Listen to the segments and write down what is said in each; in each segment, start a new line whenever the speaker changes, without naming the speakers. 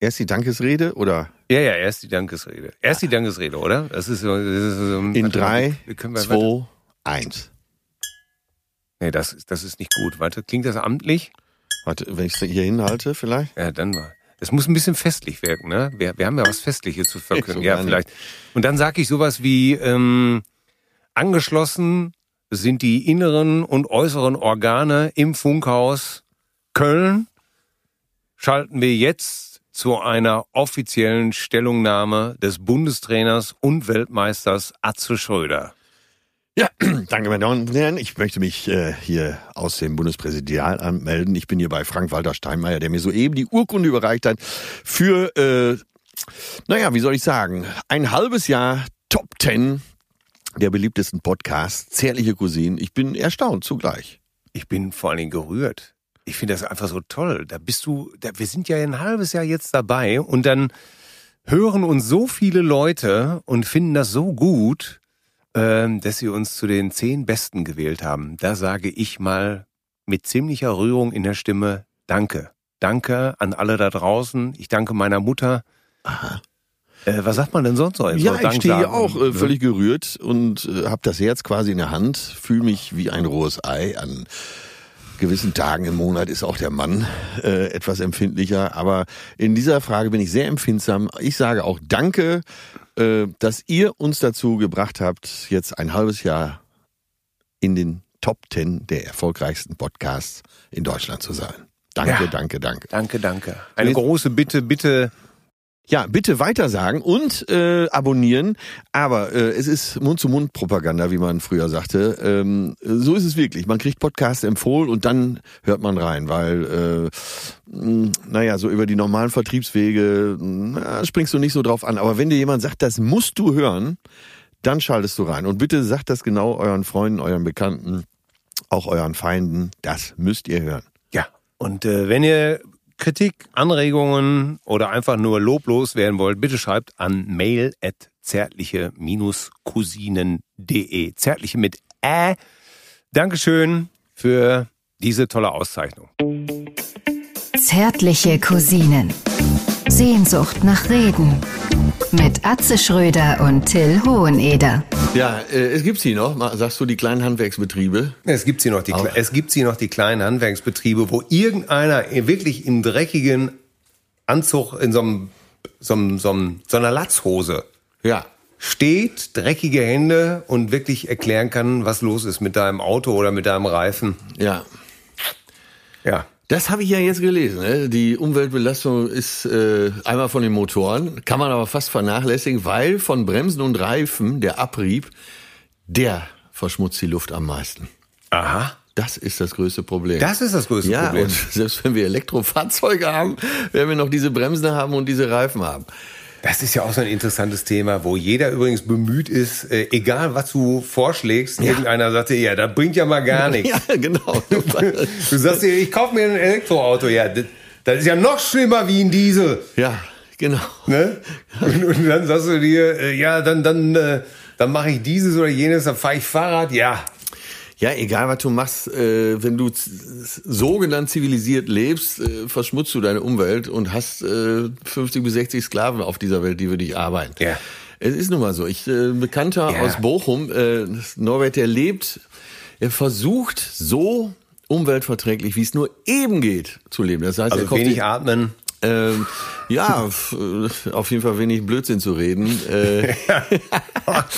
Erst die Dankesrede oder
Ja, ja, erst die Dankesrede. Erst die Dankesrede, oder? Das ist so. Das ist so
in
Hm, warte mal,
drei,
wir können mal- warte.
zwei, eins.
Nee, das, ist- das ist nicht gut. Warte, klingt das amtlich?
Warte, wenn ich es hier hinhalte, vielleicht?
Ja, dann mal. Es muss ein bisschen festlich wirken, ne? Wir, wir haben ja was Festliches zu verkünden.
so
Ja,
gar nicht.
vielleicht. Und dann sage ich sowas wie, ähm, angeschlossen sind die inneren und äußeren Organe im Funkhaus Köln. Schalten wir jetzt zu einer offiziellen Stellungnahme des Bundestrainers und Weltmeisters Atze Schröder.
Ja, danke, meine Damen und Herren. Ich möchte mich äh, hier aus dem Bundespräsidialamt melden. Ich bin hier bei Frank-Walter Steinmeier, der mir soeben die Urkunde überreicht hat für, äh, naja, wie soll ich sagen, ein halbes Jahr Top 10 der beliebtesten Podcasts, zärtliche Cousinen. Ich bin erstaunt zugleich.
Ich bin vor allen Dingen gerührt. Ich finde das einfach so toll. Da bist du, da, wir sind ja ein halbes Jahr jetzt dabei und dann hören uns so viele Leute und finden das so gut, ähm, dass sie uns zu den zehn Besten gewählt haben. Da sage ich mal mit ziemlicher Rührung in der Stimme Danke. Danke an alle da draußen. Ich danke meiner Mutter. Äh, was sagt man denn sonst so?
Ja,
So
ich
Dank
stehe hier
sagen,
auch äh,
ne?
völlig gerührt und äh, habe das Herz quasi in der Hand, fühle mich wie ein rohes Ei. An gewissen Tagen im Monat ist auch der Mann äh, etwas empfindlicher, aber in dieser Frage bin ich sehr empfindsam. Ich sage auch Danke, äh, dass ihr uns dazu gebracht habt, jetzt ein halbes Jahr in den Top 10 der erfolgreichsten Podcasts in Deutschland zu sein. Danke,
Ja.
danke, danke.
Danke, danke. Eine
Jetzt-
große Bitte, bitte.
Ja, bitte weitersagen und äh, abonnieren. Aber äh, es ist Mund-zu-Mund-Propaganda, wie man früher sagte. Ähm, so ist es wirklich. Man kriegt Podcasts empfohlen und dann hört man rein, weil, äh, mh, naja, so über die normalen Vertriebswege na, springst du nicht so drauf an. Aber wenn dir jemand sagt, das musst du hören, dann schaltest du rein. Und bitte sagt das genau euren Freunden, euren Bekannten, auch euren Feinden. Das müsst ihr hören.
Ja, und äh, wenn ihr Kritik, Anregungen oder einfach nur loblos werden wollt, bitte schreibt an mail at zärtliche-cousinen.de. Zärtliche mit Ä. Dankeschön für diese tolle Auszeichnung.
Zärtliche Cousinen. Sehnsucht nach Reden. Mit Atze Schröder und Till Hoheneder.
Ja, äh, es gibt's hier noch. Mal, sagst du die kleinen Handwerksbetriebe?
Es gibt sie noch, die, Kle- es gibt sie noch die kleinen Handwerksbetriebe, wo irgendeiner wirklich im dreckigen Anzug, in so, einem, so, einem, so, einem, so einer Latzhose
Ja.
steht, dreckige Hände und wirklich erklären kann, was los ist mit deinem Auto oder mit deinem Reifen.
Ja.
Ja.
Das habe ich ja jetzt gelesen. Ne? Die Umweltbelastung ist äh, einmal von den Motoren, kann man aber fast vernachlässigen, weil von Bremsen und Reifen der Abrieb, der verschmutzt die Luft am meisten.
Aha.
Das ist das größte Problem.
Das ist das größte
ja,
Problem.
und selbst wenn wir Elektrofahrzeuge haben, werden wir noch diese Bremsen haben und diese Reifen haben.
Das ist ja auch so ein interessantes Thema, wo jeder übrigens bemüht ist, äh, egal was du vorschlägst, irgendeiner sagt dir, ja, das bringt ja mal gar nichts.
Ja, genau.
Du sagst dir, ich kaufe mir ein Elektroauto, ja, das, das ist ja noch schlimmer wie ein Diesel.
ja, genau.
Ne? Und, und dann sagst du dir, äh, ja, dann, dann, äh, dann mache ich dieses oder jenes, dann fahre ich Fahrrad, ja.
Ja, egal was du machst, äh, wenn du z- sogenannt zivilisiert lebst, äh, verschmutzt du deine Umwelt und hast äh, 50 bis 60 Sklaven auf dieser Welt, die für dich arbeiten.
Ja.
Es ist nun mal so. Ich, äh, ein Bekannter
Ja.
aus Bochum, äh, Norbert, der lebt, er versucht so umweltverträglich, wie es nur eben geht, zu leben. Das heißt, er
Also
kauft sich
wenig atmen.
ähm, ja, f- äh, auf jeden Fall wenig Blödsinn zu reden. Äh,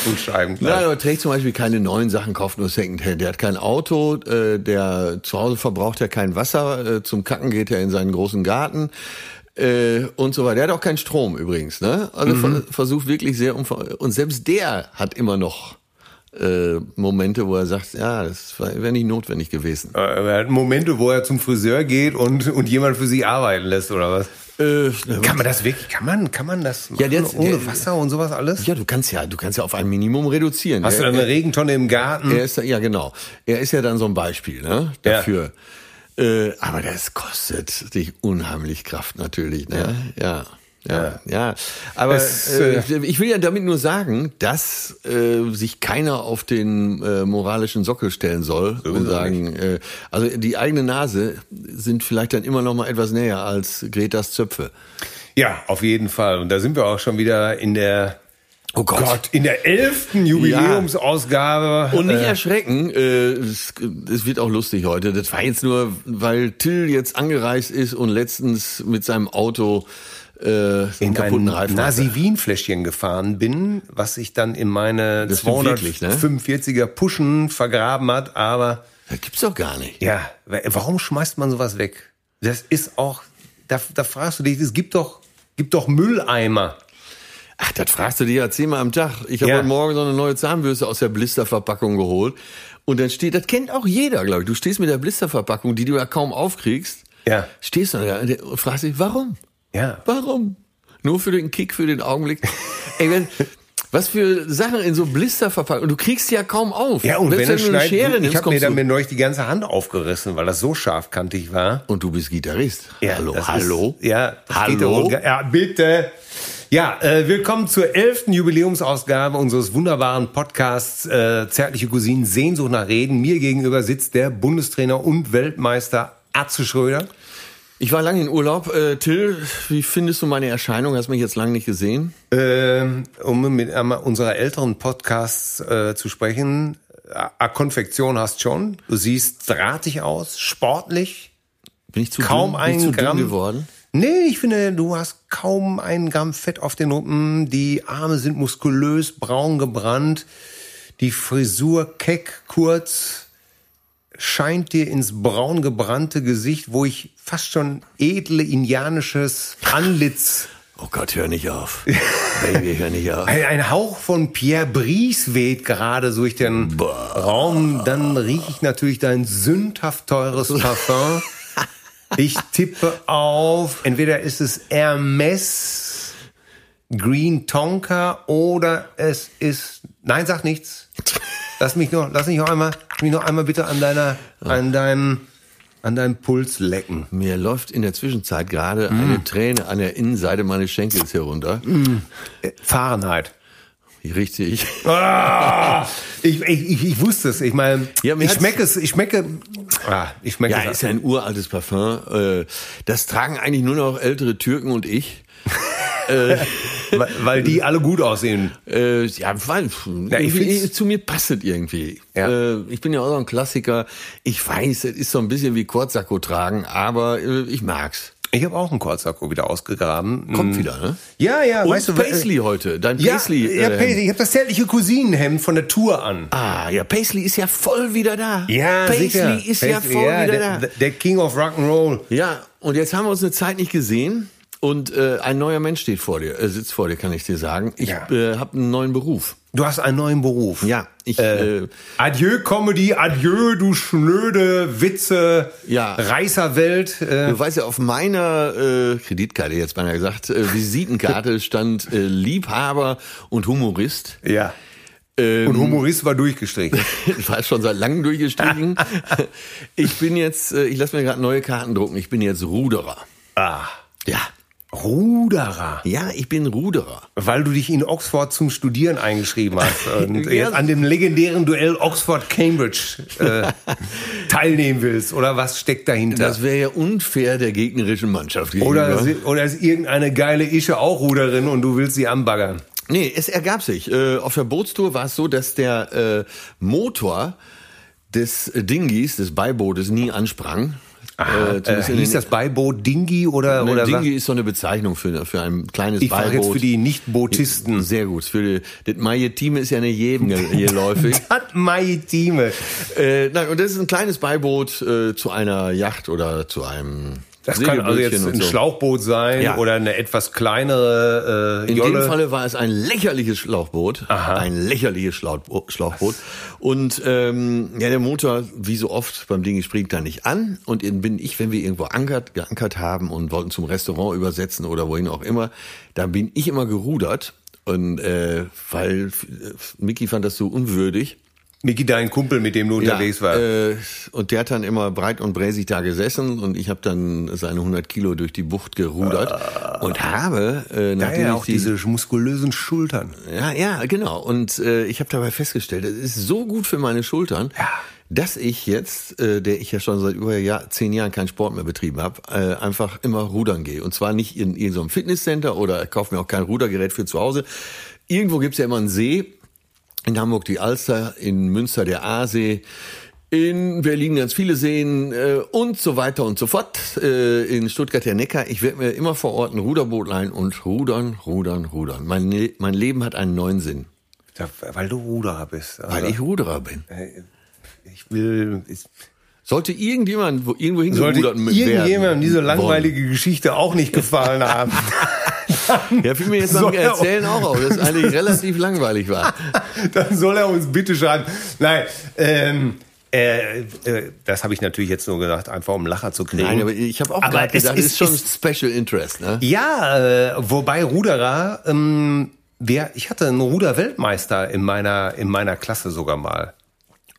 Und Scheiben.
Nein, aber trägt zum Beispiel keine neuen Sachen, kauft nur Secondhand. Der hat kein Auto, äh, der zu Hause verbraucht er kein Wasser, äh, zum Kacken geht er in seinen großen Garten äh, und so weiter. Der hat auch keinen Strom übrigens, ne? Also ver versucht wirklich sehr umver und selbst der hat immer noch äh, Momente, wo er sagt, ja, das wäre nicht notwendig gewesen.
Äh, Er hat Momente, wo er zum Friseur geht und, und jemand für sich arbeiten lässt oder was?
Äh,
Kann man das wirklich? Kann man, kann man das machen,
Ja, der ist-
ohne
der-
Wasser und sowas alles?
ja, du kannst ja, du kannst ja auf ein Minimum reduzieren.
Hast du
Er-
dann eine Regentonne im Garten?
Er ist ja- ja genau. Er ist ja dann so ein Beispiel ne, dafür. Äh, aber das kostet dich unheimlich Kraft natürlich. Ne? Ja. Ja, ja, Aber
Es,
äh, ich will ja damit nur sagen, dass äh, sich keiner auf den äh, moralischen Sockel stellen soll und sagen, äh, also die eigene Nase sind vielleicht dann immer noch mal etwas näher als Gretas Zöpfe.
Ja, auf jeden Fall. Und da sind wir auch schon wieder in der
Oh Gott.
in der elften Jubiläumsausgabe.
Und nicht erschrecken, äh, es, es wird auch lustig heute. Das war jetzt nur, weil Till jetzt angereist ist und letztens mit seinem Auto äh, einen
in ein
kaputten Reifen hatte.
Nasi-Wien-Fläschchen gefahren bin, was sich dann in meine
Das stimmt wirklich, ne?
245er Puschen vergraben hat. Aber
Das gibt's doch gar nicht.
ja, wa- warum schmeißt man sowas weg? Das ist auch, da, da fragst du dich, es gibt doch, gibt doch Mülleimer.
Ach, das fragst du dir ja zehnmal am Tag. Ich habe
Ja.
heute Morgen so eine neue Zahnbürste aus der Blisterverpackung geholt. Und dann steht, das kennt auch jeder, glaube ich. Du stehst mit der Blisterverpackung, die du ja kaum aufkriegst,
Ja.
stehst du da und fragst dich, warum?
Ja.
Warum? Nur für den Kick, für den Augenblick. Ey, wenn, was für Sachen in so Blisterverpackung. Du kriegst die ja kaum auf.
Ja, und wenn,
Selbst du
es
eine
schneit,
Schere nimmst,
ich habe mir
kommst
dann
du,
mir neulich die ganze Hand aufgerissen, weil das so scharfkantig war.
und du bist Gitarrist.
Ja,
hallo,
das
hallo.
Ist, ja, das geht ja
hallo.
wohl- ja, bitte. Ja, äh, willkommen zur elften Jubiläumsausgabe unseres wunderbaren Podcasts äh, Zärtliche Cousinen Sehnsucht nach Reden. Mir gegenüber sitzt der Bundestrainer und Weltmeister Atze Schröder.
Ich war lange in Urlaub. Äh, Till, wie findest du meine Erscheinung? Hast mich jetzt lange nicht gesehen.
Ähm, um mit einmal unserer älteren Podcasts äh, zu sprechen, A A Konfektion hast schon. Du siehst drahtig aus, sportlich.
Bin ich zu
Kaum
dünn, bin
ein
ich zu
Gramm.
dünn geworden?
Nee, ich finde, du hast kaum einen Gramm Fett auf den Rippen. Die Arme sind muskulös, braun gebrannt. Die Frisur keck, kurz. Scheint dir ins braun gebrannte Gesicht, wo ich fast schon edle indianisches Anlitz.
Oh Gott, hör nicht auf. Baby, hör nicht auf.
Ein, ein Hauch von Pierre Brice weht gerade durch den Raum. Dann rieche ich natürlich dein sündhaft teures Parfum. Ich tippe auf, entweder ist es Hermes Green Tonka oder es ist. Nein, sag nichts. Lass mich noch, lass mich noch einmal, lass mich noch einmal bitte an deiner, an deinem, an deinem Puls lecken.
Mir läuft in der Zwischenzeit gerade
Mm.
eine Träne an der Innenseite meines Schenkels herunter.
Fahrenheit.
Richtig.
Ah, ich, ich, ich, ich wusste es. Ich meine,
Ja, mir
ich
hat's-
schmecke es. Ich schmecke. Ah, ich schmecke
Ja,
es.
ist ja ein uraltes Parfum. Äh, Das tragen eigentlich nur noch ältere Türken und ich.
weil, weil die alle gut aussehen.
Äh, ja, weil
Ja, ich
irgendwie
find's-
zu mir passt es irgendwie.
Ja.
Äh, ich bin ja auch so ein Klassiker. Ich weiß, es ist so ein bisschen wie Kurzsacko tragen, aber äh, ich mag's.
Ich habe auch einen Kurzsacko wieder ausgegraben.
Kommt wieder, ne?
Ja, ja.
Und
Mhm. weißt du, äh,
Paisley heute, dein
Ja,
Paisley.
ja,
äh,
Paisley. ähm, Ich habe das zärtliche Cousinenhemd von der Tour an.
Ah, ja, Paisley ist ja voll wieder da. Paisley ist ja
Paisley,
voll wieder
der,
da.
Der King of Rock'n'Roll.
Ja, und jetzt haben wir uns eine Zeit nicht gesehen und äh, ein neuer Mensch steht vor dir, äh, sitzt vor dir, kann ich dir sagen. Ich
Ja.
äh, habe einen neuen Beruf.
Du hast einen neuen Beruf.
Ja, ich äh,
Adieu Comedy, adieu du schnöde Witze,
Ja.
Reißerwelt. Äh,
Du weißt ja, auf meiner äh, Kreditkarte jetzt beinahe gesagt, äh, Visitenkarte stand äh, Liebhaber und Humorist. Ähm,
ja. Und Humorist war durchgestrichen.
war schon seit langem durchgestiegen. ich bin jetzt, äh, ich lasse mir gerade neue Karten drucken, ich bin jetzt Ruderer.
ah.
Ja.
Ruderer.
Ja, ich bin Ruderer.
Weil du dich in Oxford zum Studieren eingeschrieben hast und
Ja.
jetzt an dem legendären Duell Oxford-Cambridge äh, teilnehmen willst. Oder was steckt dahinter?
Das wäre ja unfair der gegnerischen Mannschaft gegenüber.
oder, si- oder ist irgendeine geile Ische auch Ruderin und du willst sie anbaggern?
Nee, es ergab sich. Äh, auf der Bootstour war es so, dass der äh, Motor des Dingis, des Beibootes, nie ansprang.
Aha,
zumindest in
äh,
den-
hieß das Beiboot Dingi oder,
Ein
oder
Dingy
was?
ist so eine Bezeichnung für, für ein kleines
Ich frage
Beiboot.
jetzt für die Nicht-Bootisten.
Sehr gut. Für die, das Maritime ist ja eine jedem geläufig.
Hat Maritime.
äh, nein, und das ist ein kleines Beiboot äh, zu einer Yacht oder zu einem
Das kann also
Segelbötchen
jetzt
und
ein
so.
Schlauchboot sein
Ja.
oder eine etwas kleinere äh,
In
Jolle.
dem Falle war es ein lächerliches Schlauchboot. Ein lächerliches Schlauchbo- Schlauchboot. Und ähm, ja, der Motor, wie so oft beim Ding, springt da nicht an. Und dann bin ich, wenn wir irgendwo ankert, geankert haben und wollten zum Restaurant übersetzen oder wohin auch immer, dann bin ich immer gerudert. Und äh, weil äh, Mickey fand das so unwürdig.
Micky, dein Kumpel, mit dem du unterwegs warst.
Äh, und der hat dann immer breit und bräsig da gesessen und ich habe dann seine 100 Kilo durch die Bucht gerudert
Ah.
und habe, äh,
Ja,
nachdem
ja,
ich
auch
die,
diese muskulösen Schultern.
Ja, ja, genau. Und äh, ich habe dabei festgestellt, es ist so gut für meine Schultern.
Ja.
dass ich jetzt, äh, der ich ja schon seit über Jahr, zehn Jahren keinen Sport mehr betrieben habe, äh, einfach immer rudern gehe. Und zwar nicht in, in so einem Fitnesscenter oder kaufe mir auch kein Rudergerät für zu Hause. Irgendwo gibt's ja immer einen See. In Hamburg die Alster, in Münster der Aasee. In Berlin ganz viele Seen äh, und so weiter und so fort. Äh, in Stuttgart der Neckar. Ich werde mir immer vor Ort ein Ruderboot leihen und rudern, rudern, rudern. Mein, Le- mein Leben hat einen neuen Sinn,
Ja, weil du Ruderer bist. Also,
weil ich Ruderer bin.
ich will. Ich,
Sollte irgendjemand wo, irgendwo
sollte
hingerudert m- werden
irgendjemandem diese langweilige
wollen.
Geschichte auch nicht gefallen haben.
Ja, fiel mir jetzt mal
Soll er
erzählen auch auf, dass es eigentlich relativ langweilig war.
Dann soll er uns bitte schreiben. Nein, ähm, äh, äh, das habe ich natürlich jetzt nur gesagt, einfach um Lacher zu kriegen.
Nein, aber ich habe auch
Aber
gerade
es
gesagt, es
ist-
ist schon
ist-
Special Interest. Ne?
ja, äh, wobei Ruderer, ähm, wer, ich hatte einen Ruderweltmeister in meiner, in meiner Klasse sogar mal.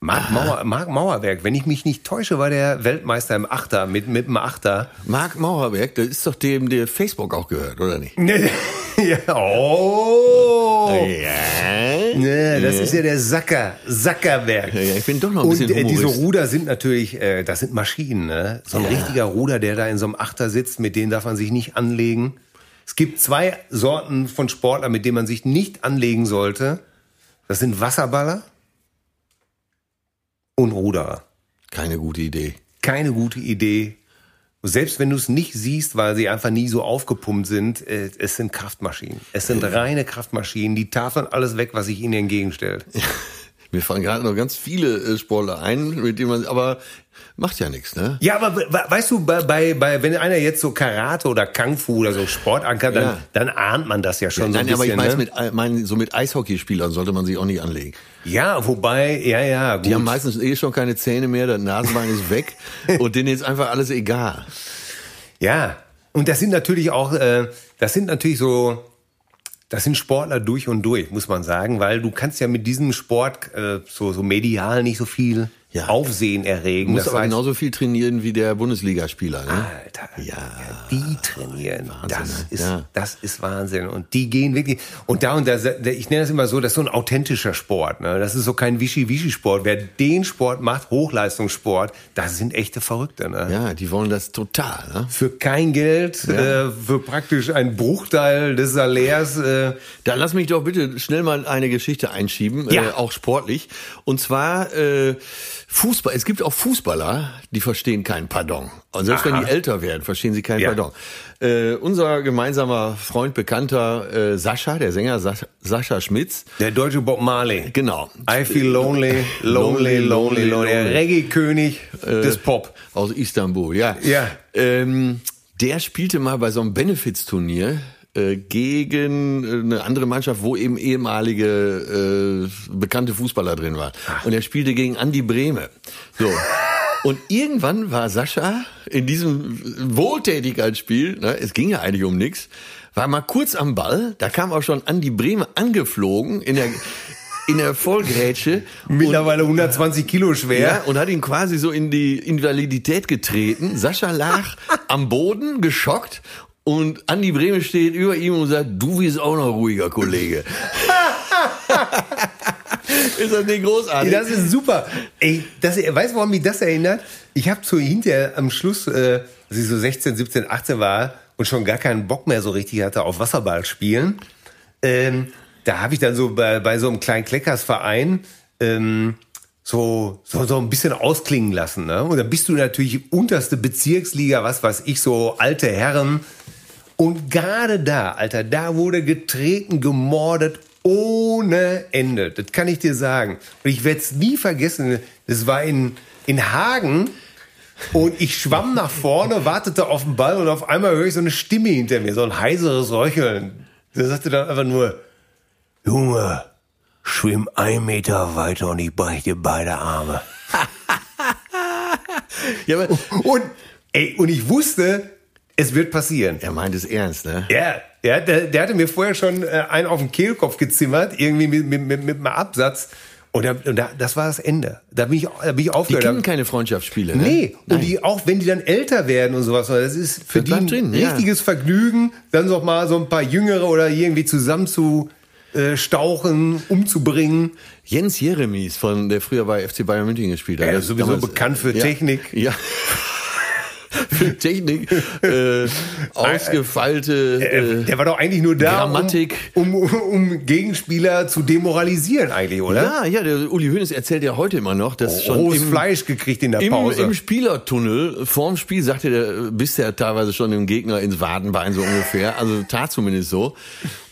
Ah.
Marc, Mauer, Marc Mauerwerk, wenn ich mich nicht täusche, war der Weltmeister im Achter, mit, mit dem Achter.
Marc Mauerberg, das ist doch dem, der Facebook auch gehört, oder nicht?
ja, oh!
Ja.
Ne, das ist ja der Sacker, Sackerwerk.
Ja, ja, ich bin doch noch ein
Und
bisschen
äh, diese
Humorist.
Ruder sind natürlich, äh, das sind Maschinen, ne? So ein richtiger Ruder, der da in so einem Achter sitzt, mit denen darf man sich nicht anlegen. Es gibt zwei Sorten von Sportlern, mit denen man sich nicht anlegen sollte. Das sind Wasserballer und Ruderer.
Keine gute Idee.
Keine gute Idee. Selbst wenn du es nicht siehst, weil sie einfach nie so aufgepumpt sind, äh, es sind Kraftmaschinen. Es sind reine Kraftmaschinen, die tafeln alles weg, was sich ihnen entgegenstellt.
Mir fallen gerade noch ganz viele äh, Sportler ein, mit denen man, aber macht ja nichts, ne?
Ja, aber we- we- weißt du, bei, bei, bei, wenn einer jetzt so Karate oder Kung Fu oder so Sport ankert, dann,
Ja.
dann ahnt man das ja schon so ein
Nein, aber ich
bisschen.
meine,
ne?
mit, äh, mein, so mit Eishockeyspielern sollte man sich auch nicht anlegen.
ja, wobei, ja, ja, gut.
Die haben meistens eh schon keine Zähne mehr, das Nasenbein ist weg und denen ist einfach alles egal.
ja, und das sind natürlich auch, äh, das sind natürlich so, das sind Sportler durch und durch, muss man sagen, weil du kannst ja mit diesem Sport äh, so, so medial nicht so viel
Ja.
Aufsehen erregen.
Muss
Das
aber
heißt, Ah.
genauso viel trainieren wie der Bundesligaspieler, ne?
Alter.
Ja.
Die trainieren. das,
ne?
ist,
Ja.
das ist Wahnsinn. Und die gehen wirklich. Und da und da, ich nenne das immer so, das ist so ein authentischer Sport. Ne? Das ist so kein Wischi-Wischi-Sport. Wer den Sport macht, Hochleistungssport, das sind echte Verrückte. Ne?
Ja, die wollen das total, ne?
Für kein Geld, äh, für praktisch einen Bruchteil des Salärs. Äh,
Dann lass mich doch bitte schnell mal eine Geschichte einschieben,
Ja.
äh, auch sportlich. Und zwar äh, Fußball. Es gibt auch Fußballer, die verstehen kein Pardon. Und selbst
Aha.
wenn die älter werden, verstehen sie kein
Ja.
Pardon. Äh, unser gemeinsamer Freund, Bekannter äh, Sascha, der Sänger Sascha, Sascha Schmitz.
der deutsche Bob Marley.
Genau.
I feel lonely, lonely, lonely, lonely. Äh. Der Reggae-König des Pop.
Aus Istanbul, ja.
Ja.
Ähm, der spielte mal bei so einem Benefits-Turnier äh, gegen äh, eine andere Mannschaft, wo eben ehemalige äh, bekannte Fußballer drin waren. Und er spielte gegen Andy Brehme. So. Und irgendwann war Sascha in diesem Wohltätigkeitsspiel, ne, es ging ja eigentlich um nichts, war mal kurz am Ball, da kam auch schon Andy Brehme angeflogen in der, in der Vollgrätsche.
Mittlerweile 120 Kilo schwer.
Ja, und hat ihn quasi so in die Invalidität getreten. Sascha lag am Boden, geschockt. Und Andi Brehme steht über ihm und sagt, du bist auch noch ruhiger, Kollege. ist das nicht großartig?
Das ist super. Ey, das, weißt du, warum mich das erinnert? Ich habe zu hinterher am Schluss, äh, als ich so 16, 17, 18 war und schon gar keinen Bock mehr so richtig hatte auf Wasserball spielen, ähm, da habe ich dann so bei, bei so einem kleinen Kleckersverein ähm, so, so, so ein bisschen ausklingen lassen. Ne? Und dann bist du natürlich unterste Bezirksliga, was weiß ich, so alte Herren. Und gerade da, Alter, da wurde getreten, gemordet ohne Ende. Das kann ich dir sagen. Und ich werde es nie vergessen. Das war in, in Hagen. Und ich schwamm nach vorne, wartete auf den Ball und auf einmal höre ich so eine Stimme hinter mir, so ein heiseres Röcheln. Der sagte dann einfach nur, Junge, schwimm ein Meter weiter und ich breche dir beide Arme.
ja, aber,
Und, ey, und ich wusste, es wird passieren.
er meint es ernst, ne?
Ja, ja der, der hatte mir vorher schon äh, einen auf den Kehlkopf gezimmert, irgendwie mit, mit, mit, mit einem Absatz. Und, da, und da, das war das Ende. Da bin ich, da bin ich
Die
aufgehört.
kennen
Da-
keine Freundschaftsspiele, ne?
Nee, und die, auch wenn die dann älter werden und sowas, das ist für
Das bleibt
die ein
drin, ja.
richtiges Vergnügen, dann noch mal so ein paar Jüngere oder irgendwie zusammen zu äh, stauchen, umzubringen.
Jens Jeremies, von der früher bei FC Bayern München gespielt hat.
Er
der
ist sowieso bekannt für
ja,
Technik.
Ja. Für Technik, äh, ausgefeilte
Äh,
äh,
der war doch eigentlich nur da,
Grammatik.
Um, um, um Gegenspieler zu demoralisieren eigentlich, oder?
Ja, ja, der Uli Hoeneß erzählt ja heute immer noch, dass schon
Rohes
im,
Fleisch gekriegt in der
im,
Oh, Pause.
im Spielertunnel, vorm Spiel, sagte der, bist ja teilweise schon dem Gegner ins Wadenbein so ungefähr, also tat zumindest so.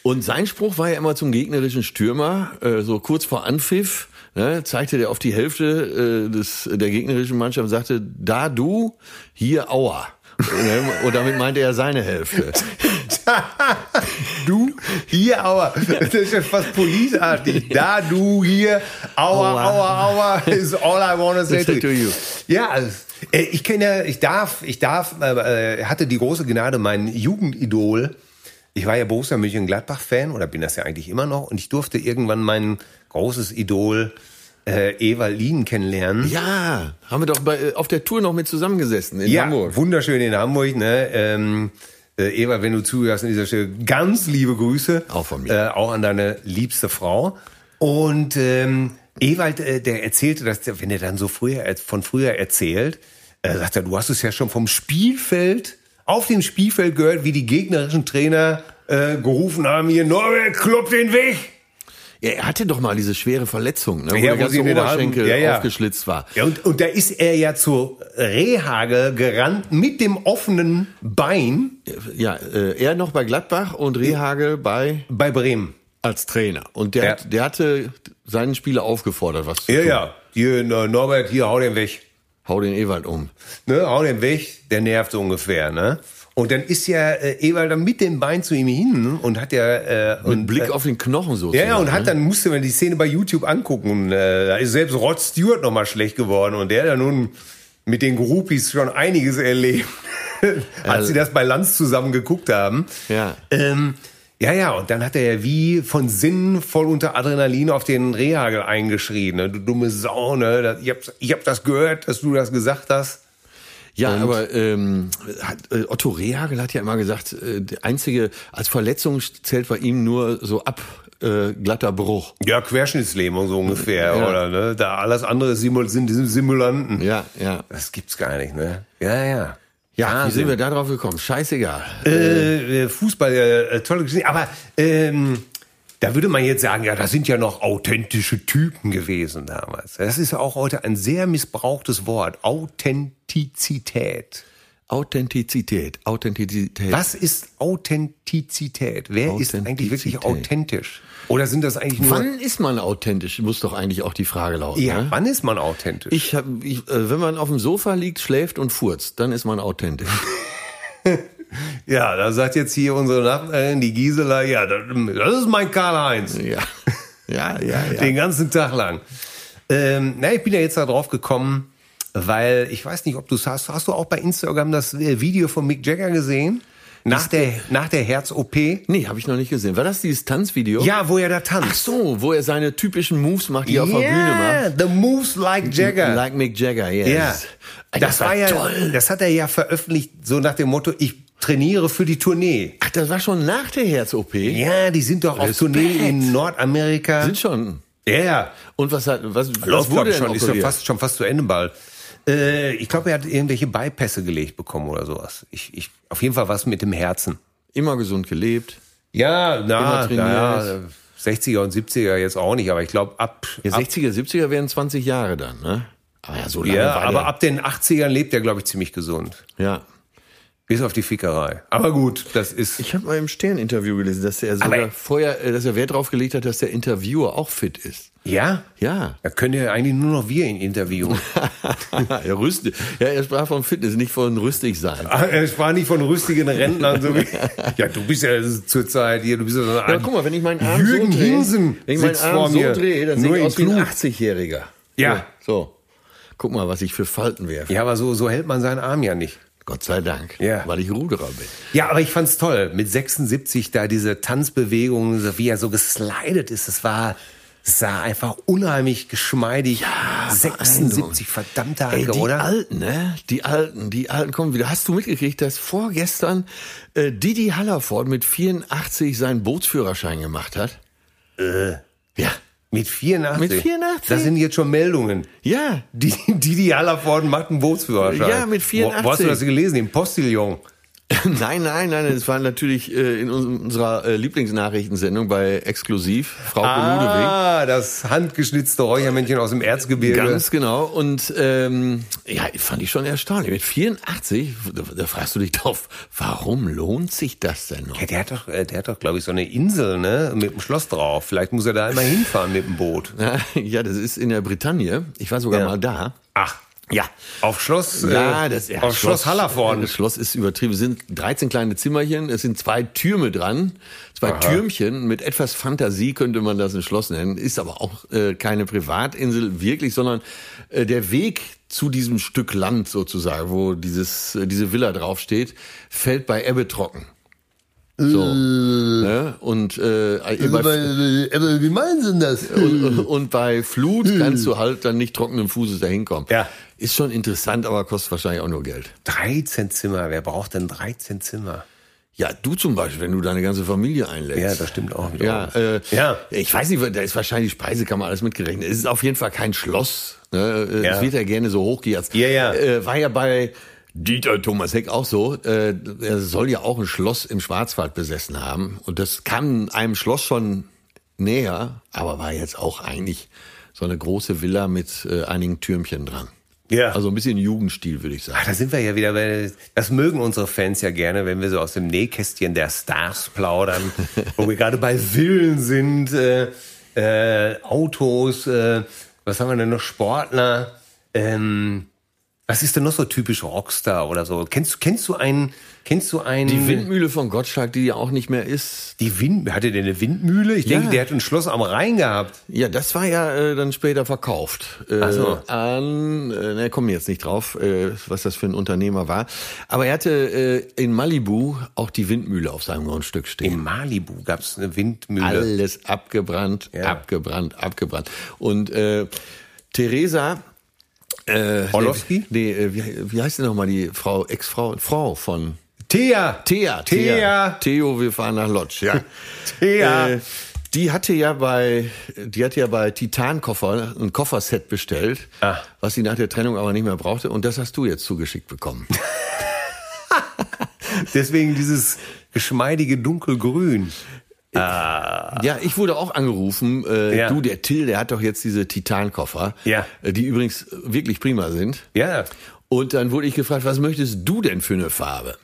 Und sein Spruch war ja immer zum gegnerischen Stürmer, äh, so kurz vor Anpfiff, ne, zeigte der auf die Hälfte äh, des, der gegnerischen Mannschaft und sagte, da du, hier Aua. Ne, Und damit meinte er seine Hälfte.
du, hier, aua. Das ist ja fast policeartig. Da, du, hier, aua,
Aua.
aua, aua, is all I wanna say
Say to you.
Ja, also, äh, ich kenne ja, ich darf, ich darf, äh, äh, hatte die große Gnade, mein Jugendidol. Ich war ja Borussia Mönchengladbach-Fan oder bin das ja eigentlich immer noch und ich durfte irgendwann mein großes Idol äh, Evalin kennenlernen.
Ja, haben wir doch bei, äh, auf der Tour noch mit zusammengesessen in
Ja,
Hamburg.
wunderschön in Hamburg. Ne? Ähm, äh, Eva, wenn du zuhörst an dieser Stelle, ganz liebe Grüße.
Auch von mir.
Äh, auch an deine liebste Frau. Und ähm, Ewald, äh, der erzählte, dass der, wenn er dann so früher er- von früher erzählt, äh, sagt er, du hast es ja schon vom Spielfeld, auf dem Spielfeld gehört, wie die gegnerischen Trainer äh, gerufen haben, hier, Norbert, klopp den Weg.
Ja, er hatte doch mal diese schwere Verletzung, ne, wo
Ja,
der
wo
ganze
sie in den
Oberschenkel
Arm- ja, ja.
aufgeschlitzt war.
Ja, und, und da ist er ja zur Rehage gerannt mit dem offenen Bein.
Ja, äh, er noch bei Gladbach und Rehagel bei
Bei Bremen.
als Trainer. Und der,
Ja.
hat, der hatte seinen Spieler aufgefordert, was zu
Ja,
tun.
ja. Hier, Nor- Norbert, hier, hau den weg.
Hau den Ewald um.
Ne, hau den weg, der nervt so ungefähr, ne? Und dann ist ja äh, Ewald dann mit dem Bein zu ihm hin und hat ja... Äh, und,
Mit Blick
äh,
auf ne? den Knochen so.
ja, ja, und hat dann, musste man die Szene bei YouTube angucken. Und, äh, da ist selbst Rod Stewart nochmal schlecht geworden. Und der hat ja nun mit den Groupies schon einiges erlebt. Als
Also-
sie das bei Lanz zusammen geguckt haben.
Ja.
Ähm, ja, ja, und dann hat er ja wie von Sinn voll unter Adrenalin auf den Rehagel eingeschrien. Ne? Du dumme Sau, ne? Das- Ich hab, ich hab das gehört, dass du das gesagt hast.
Ja, aber ähm, hat, äh, Otto Rehagel hat ja immer gesagt, äh, der einzige, als Verletzung zählt bei ihm nur so ab äh, glatter Bruch.
Ja, Querschnittslähmung so ungefähr,
Ja.
oder? Ne? Da alles andere Simul sind diese Simulanten.
Ja, ja.
Das gibt's gar nicht, ne? Ja, ja.
Ja, wie
Wahnsinn.
sind wir da drauf gekommen? Scheißegal.
äh, äh, Fußball, äh, äh, tolle Geschichte. Aber ähm, da würde man jetzt sagen, ja, das sind ja noch authentische Typen gewesen damals. Das ist ja auch heute ein sehr missbrauchtes Wort. Authentizität.
Authentizität, Authentizität.
Was ist Authentizität? Wer ist eigentlich wirklich
Authentizität.
authentisch? Oder sind das eigentlich nur...
Wann ist man authentisch? Muss doch eigentlich auch die Frage lauten.
Ja,
ne?
wann ist man authentisch?
Ich hab, ich, äh, wenn man auf dem Sofa liegt, schläft und furzt, dann ist man authentisch.
ja, da sagt jetzt hier unsere Nachbarin, die Gisela, ja, das, das ist mein Karl-Heinz.
ja. Ja, ja, ja.
Den ganzen Tag lang. Ähm, na, ich bin ja jetzt da drauf gekommen, weil ich weiß nicht, ob du es hast. Hast du auch bei Instagram das äh, Video von Mick Jagger gesehen? Nach der, nach der Herz-OP?
Nee, habe ich noch nicht gesehen. War das dieses Tanzvideo?
Ja, wo er da
Ach
tanzt.
so, wo er seine typischen Moves macht, die er auf der Bühne
The Moves Like
macht.
Jagger.
Like Mick Jagger, yes.
ja.
Ey,
Das, war ja,
toll.
das hat er ja veröffentlicht, so nach dem Motto, ich trainiere für die Tournee.
Ach, das war schon nach der Herz-OP?
Ja, die sind doch auf
Respekt.
Tournee in Nordamerika.
Sind schon.
Ja, ja.
Und was hat, was, was
Läuft,
wurde
wurde
denn
schon, ist schon
operiert?
fast, schon fast zu Ende bald. Äh, ich glaube, er hat irgendwelche Beipässe gelegt bekommen oder sowas. Ich, ich, auf jeden Fall was mit dem Herzen.
Immer gesund gelebt.
Ja, na,
Immer trainiert.
na ja, 60er und 70er jetzt auch nicht, aber ich glaube ab,
Ja,
ab
60er, 70er wären 20 Jahre dann, ne? Aber ja, so lange
ja,
war der-
aber ab den 80ern lebt er glaube ich ziemlich gesund,
Ja.
bis auf die Fickerei. Aber gut, das ist
Ich habe mal im Stern-Interview gelesen, dass er sogar
Aber-
vorher, äh, dass er Wert drauf gelegt hat, dass der Interviewer auch fit ist.
ja.
Ja.
Da können ja eigentlich nur noch wir ihn interviewen.
er rüstig. Ja, er sprach von Fitness, nicht von rüstig sein.
Ah, Er sprach nicht von rüstigen Rentnern. So wie, ja, du bist ja zurzeit hier, du bist ja so ein
Ja, guck mal, wenn ich meinen Arm
Jürgen
so drehe,
Hinsen
wenn ich meinen
sitzt vor
Arm
mir.
so drehe, dann
Nur
sehe ich
in
aus wie ein
Klug.
80-Jähriger.
Ja.
So. Guck mal, was ich für Falten werfe.
Ja, aber so, so hält man seinen Arm ja nicht.
Gott sei Dank,
Ja.
weil ich Ruderer bin.
Ja, aber ich fand's toll. Mit 76 da diese Tanzbewegung, so wie er so geslidet ist, das war, es sah einfach unheimlich geschmeidig. Ja, 76, verdammte
Ey,
Hacke,
die
oder?
Alten, ne? Die Alten, die Alten kommen wieder. Hast du mitgekriegt, dass vorgestern äh, Didi Hallerford mit 84 seinen Bootsführerschein gemacht hat? Ja.
Mit 84.
Mit 84?
Das sind jetzt schon Meldungen.
Ja.
Die, die, die Hallervorden macht einen Bootsführerschein.
Ja, mit 84.
Wo, wo hast du das gelesen? Im Postillon.
Nein, nein, nein, es war natürlich äh, in uns- unserer äh, Lieblingsnachrichtensendung bei Exklusiv, Frau Ludewig.
Ah, das handgeschnitzte Räuchermännchen aus dem Erzgebirge.
Ganz genau. Und ähm, ja, fand ich schon erstaunlich. Mit 84, da, da fragst du dich drauf, warum lohnt sich das denn noch?
Ja, der hat doch, äh, der hat doch, glaube ich, so eine Insel, ne, mit einem Schloss drauf. Vielleicht muss er da immer hinfahren mit dem Boot.
Ja, das ist in der Bretagne. Ich war sogar
Ja.
mal da.
Ach,
Ja.
auf Schloss, äh,
Ja, das ja,
auf Schloss, Hallervorden.
Das Schloss ist übertrieben. Es sind 13 kleine Zimmerchen, es sind zwei Türme dran, zwei Türmchen. Mit etwas Fantasie könnte man das ein Schloss nennen. Ist aber auch äh, keine Privatinsel wirklich, sondern äh, der Weg zu diesem Stück Land sozusagen, wo dieses, äh, diese Villa draufsteht, fällt bei Ebbe trocken. So. Ne? Und, äh, bei, äh,
Aber wie meinen Sie denn das?
und, und bei Flut kannst du halt dann nicht trockenen Fußes dahin kommen.
Äh. Ja.
Ist schon interessant, aber kostet wahrscheinlich auch nur Geld.
13 Zimmer. Wer braucht denn 13 Zimmer?
Ja, du zum Beispiel, wenn du deine ganze Familie einlädst.
Ja, das stimmt auch
Ja, äh,
Ja.
ich weiß nicht, da ist wahrscheinlich Speisekammer alles mitgerechnet. Es ist auf jeden Fall kein Schloss. Ne? Äh,
Ja.
Es wird ja gerne so hochgejatzt.
Ja, ja.
Äh, war ja bei Dieter Thomas Heck auch so. Äh, er soll ja auch ein Schloss im Schwarzwald besessen haben. Und das kam einem Schloss schon näher, aber war jetzt auch eigentlich so eine große Villa mit äh, einigen Türmchen dran.
Ja.
Also ein bisschen Jugendstil, würde ich sagen.
Ah, da sind wir ja wieder bei, das mögen unsere Fans ja gerne, wenn wir so aus dem Nähkästchen der Stars plaudern, wo wir gerade bei Villen sind, äh, äh, Autos, äh, was haben wir denn noch, Sportler, ähm, was ist denn noch so typisch Rockstar oder so? Kennst, du- kennst du einen, kennst du einen,
Die Windmühle von Gottschalk, die ja auch nicht mehr ist,
die Wind, hatte der eine Windmühle? Ich
Ja.
denke, der hat ein Schloss am Rhein gehabt.
Ja, das war ja äh, dann später verkauft. Äh,
Ach so.
An, äh, ne, kommen wir jetzt nicht drauf, äh, was das für ein Unternehmer war. Aber er hatte äh, in Malibu auch die Windmühle auf seinem Grundstück stehen.
Im Malibu gab es eine Windmühle.
Alles abgebrannt,
Ja.
abgebrannt, abgebrannt. Und äh, Theresa äh,
Orlowski?
Nee, äh, wie, wie heißt denn nochmal die Frau, Ex-Frau, Frau von
Thea!
Thea,
Thea.
Theo, wir fahren nach Lodz, ja.
Thea.
Äh, die hatte ja bei, die hatte ja bei Titankoffer ein Kofferset bestellt,
Ah.
was sie nach der Trennung aber nicht mehr brauchte. Und das hast du jetzt zugeschickt bekommen.
Deswegen dieses geschmeidige Dunkelgrün.
Äh.
Ah.
Ja, ich wurde auch angerufen. Äh,
Ja.
Du, der Till, der hat doch jetzt diese Titankoffer,
Ja.
äh, die übrigens wirklich prima sind.
Ja.
Und dann wurde ich gefragt, was möchtest du denn für eine Farbe?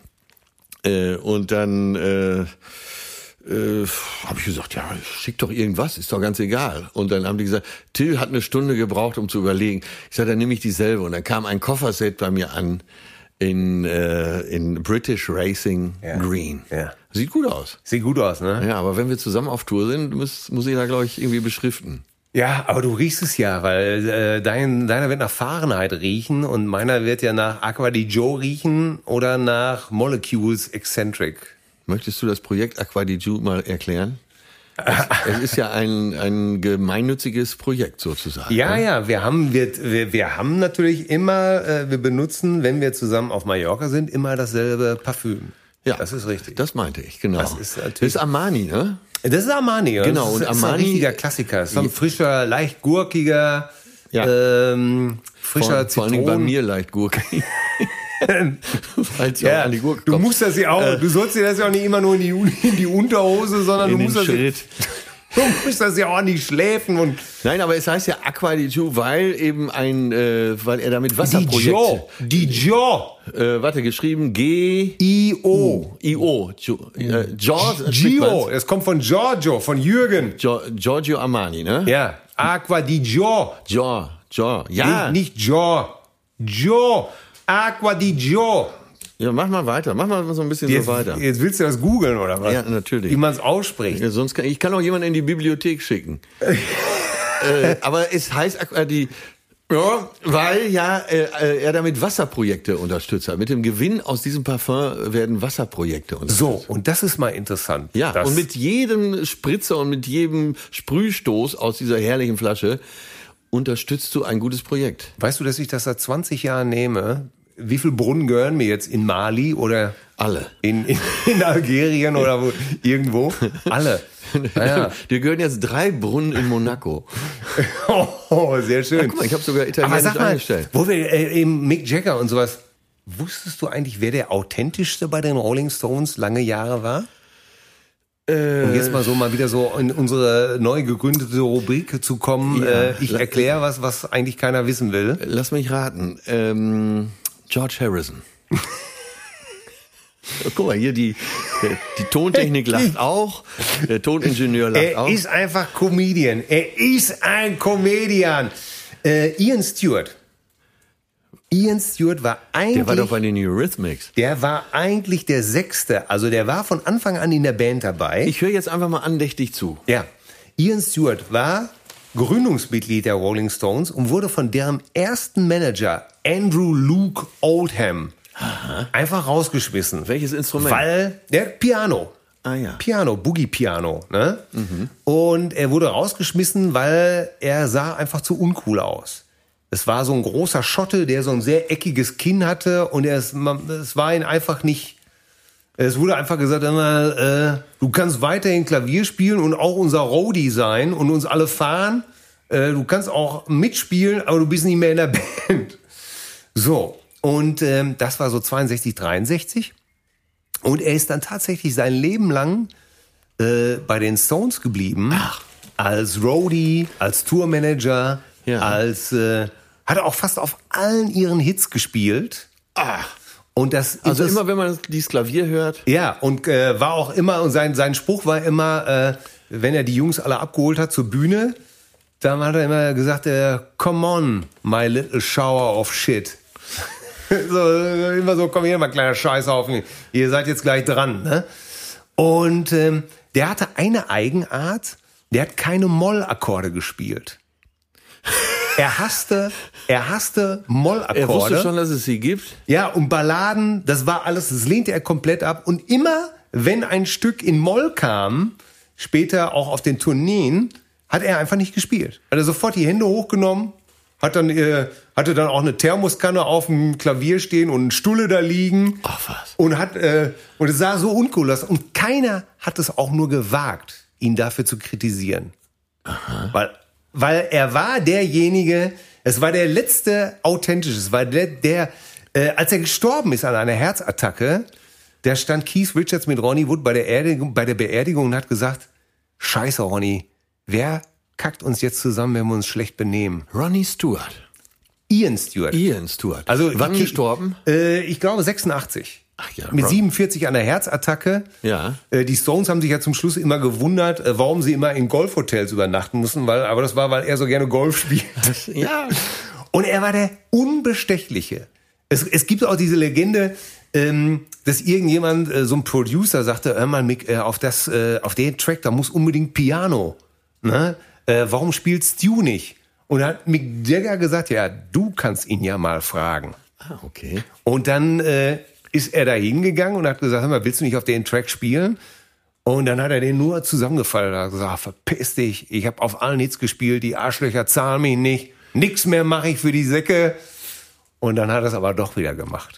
Äh, und dann äh, äh, habe ich gesagt, ja, schick doch irgendwas, ist doch ganz egal. Und dann haben die gesagt, Till hat eine Stunde gebraucht, um zu überlegen. Ich sage, dann nehme ich dieselbe. Und dann kam ein Kofferset bei mir an in, äh, in British Racing
Ja.
Green.
Ja.
Sieht gut aus.
Sieht gut aus, ne?
Ja, aber wenn wir zusammen auf Tour sind, muss, muss ich da, glaube ich, irgendwie beschriften.
Ja, aber du riechst es ja, weil äh, dein, deiner wird nach Fahrenheit riechen und meiner wird ja nach Aqua di Joe riechen oder nach Molecules Eccentric.
Möchtest du das Projekt Aqua di Giu mal erklären? Es, es ist ja ein, ein gemeinnütziges Projekt sozusagen.
Ja, ja, wir haben, wir, wir, wir haben natürlich immer, äh, wir benutzen, wenn wir zusammen auf Mallorca sind, immer dasselbe Parfüm.
Ja.
Das ist richtig.
Das meinte ich, genau.
Das ist natürlich-
Das ist Armani, ne?
Das ist Armani, oder?
Genau,
das ist,
und
ist ein
Armani-
richtiger Klassiker. Ist so ein frischer, leicht gurkiger,
Ja.
ähm, frischer
vor, vor allen Dingen
Zitronen.
bei mir leicht Gurke. Als du
Ja,
an die Gurke
du
kommst.
musst das ja auch, du sollst dir das ja auch nicht immer nur in die, in die Unterhose, sondern
in
du
den
musst, das, ja-
Schritt.
du musst das ja auch an die Schläfen und
Nein, aber es heißt ja Aqua di Giu, weil eben ein, äh, weil er damit
die
Wasserprojekt,
Jaw, die Jaw,
äh, warte, geschrieben G, Hm.
I-O,
I-O, Giu- äh, Giorgio,
Gio, es kommt von Giorgio, von Jürgen.
Gio- Giorgio Armani, ne?
Ja, Aqua di Jaw,
Gior, Gior, ja.
nicht, nicht Jaw, Jaw, Aqua di Jaw.
Ja, mach mal weiter, mach mal so ein bisschen
Jetzt,
so weiter.
jetzt willst du das googeln oder was?
Ja, natürlich.
Wie man es ausspricht.
Ja, sonst kann, ich kann auch jemanden in die Bibliothek schicken. äh, aber es heißt ak- äh, die, ja, weil ja äh, äh, er damit Wasserprojekte unterstützt hat. Mit dem Gewinn aus diesem Parfum werden Wasserprojekte unterstützt.
So, und das ist mal interessant.
Ja,
das,
und mit jedem Spritzer und mit jedem Sprühstoß aus dieser herrlichen Flasche unterstützt du ein gutes Projekt.
Weißt du, dass ich das seit 20 Jahren nehme? Wie viel Brunnen gehören mir jetzt in Mali oder
Alle.
in, in, in Algerien oder wo, irgendwo? Alle. Ah, ja.
Dir gehören jetzt drei Brunnen in Monaco.
Oh, sehr schön.
Guck mal, ich habe sogar
Aber
Italienisch
sag mal,
eingestellt.
wo wir äh, eben Mick Jagger und sowas, wusstest du eigentlich, wer der authentischste bei den Rolling Stones lange Jahre war?
Äh.
Um jetzt mal so mal wieder so in unsere neu gegründete Rubrik zu kommen.
Ja.
Äh, ich erkläre was, was eigentlich keiner wissen will.
Lass mich raten. Ähm, George Harrison. Guck mal, hier die, äh, die Tontechnik lacht auch, der Toningenieur lacht
Er
auch.
ist einfach Comedian. Er ist ein Comedian. Äh, Ian Stewart. Ian Stewart war eigentlich
Der war doch bei den Eurythmics.
Der war eigentlich der Sechste. Also der war von Anfang an in der Band dabei.
Ich höre jetzt einfach mal andächtig zu.
ja. Ian Stewart war Gründungsmitglied der Rolling Stones und wurde von deren ersten Manager Andrew Luke Oldham einfach rausgeschmissen.
Welches Instrument?
Weil der Piano.
Ah ja.
Piano, Boogie Piano. Ne? Und er wurde rausgeschmissen, weil er sah einfach zu uncool aus. Es war so ein großer Schotte, der so ein sehr eckiges Kinn hatte und er ist, man, es war ihn einfach nicht. Es wurde einfach gesagt, immer, äh, du kannst weiterhin Klavier spielen und auch unser Roadie sein und uns alle fahren. Äh, du kannst auch mitspielen, aber du bist nicht mehr in der Band. So, und ähm, das war so 62, 63. Und er ist dann tatsächlich sein Leben lang äh, bei den Stones geblieben. Als Roadie, als Tourmanager,
Ja.
als äh, hat er auch fast auf allen ihren Hits gespielt.
Ah.
Und das
Also
das-
immer wenn man dieses Klavier hört.
ja, und äh, war auch immer, und sein, sein Spruch war immer, äh, wenn er die Jungs alle abgeholt hat zur Bühne, dann hat er immer gesagt, äh, come on, my little shower of shit. so, äh, immer so, komm hier mal, kleiner Scheißhaufen, ihr seid jetzt gleich dran. Ne? Und ähm, der hatte eine Eigenart, der hat keine Mollakkorde gespielt. Er hasste, er hasste Mollakkorde.
Er wusste schon, dass es sie gibt.
Ja, und Balladen, das war alles, das lehnte er komplett ab. Und immer, wenn ein Stück in Moll kam, später auch auf den Tourneen, hat er einfach nicht gespielt. Hat er sofort die Hände hochgenommen, hat dann, äh, hatte dann auch eine Thermoskanne auf dem Klavier stehen und einen Stulle da liegen.
Ach, was.
Und hat, äh, und es sah so uncool aus. Und keiner hat es auch nur gewagt, ihn dafür zu kritisieren. Weil, weil er war derjenige, es war der letzte authentische, es war der, der äh, als er gestorben ist an einer Herzattacke, da stand Keith Richards mit Ronnie Wood bei der, Erdigung, bei der Beerdigung und hat gesagt, scheiße Ronnie, wer kackt uns jetzt zusammen, wenn wir uns schlecht benehmen?
Ronnie Stewart.
Ian Stewart.
Ian Stewart.
Also
wann
ich-
gestorben?
Äh, ich glaube 86.
Ach ja,
Mit
Rob.
47 an der Herzattacke.
Ja.
Äh, die Stones haben sich ja zum Schluss immer gewundert, äh, warum sie immer in Golfhotels übernachten mussten, weil aber das war, weil er so gerne Golf spielt.
Ja.
Und er war der Unbestechliche. Es, es gibt auch diese Legende, ähm, dass irgendjemand, äh, so ein Producer, sagte, hör mal, Mick, äh, auf, das, äh, auf den Track, da muss unbedingt Piano. Ne? Äh, warum spielst du nicht? Und da hat Mick Jagger gesagt, ja, du kannst ihn ja mal fragen.
Ah, okay.
Und dann äh, ist er da hingegangen und hat gesagt, hör mal, willst du nicht auf den Track spielen? Und dann hat er den nur zusammengefallen. Er hat gesagt, "Ah, verpiss dich, ich habe auf allen Hits gespielt, die Arschlöcher zahlen mich nicht, nix mehr mache ich für die Säcke. Und dann hat er es aber doch wieder gemacht.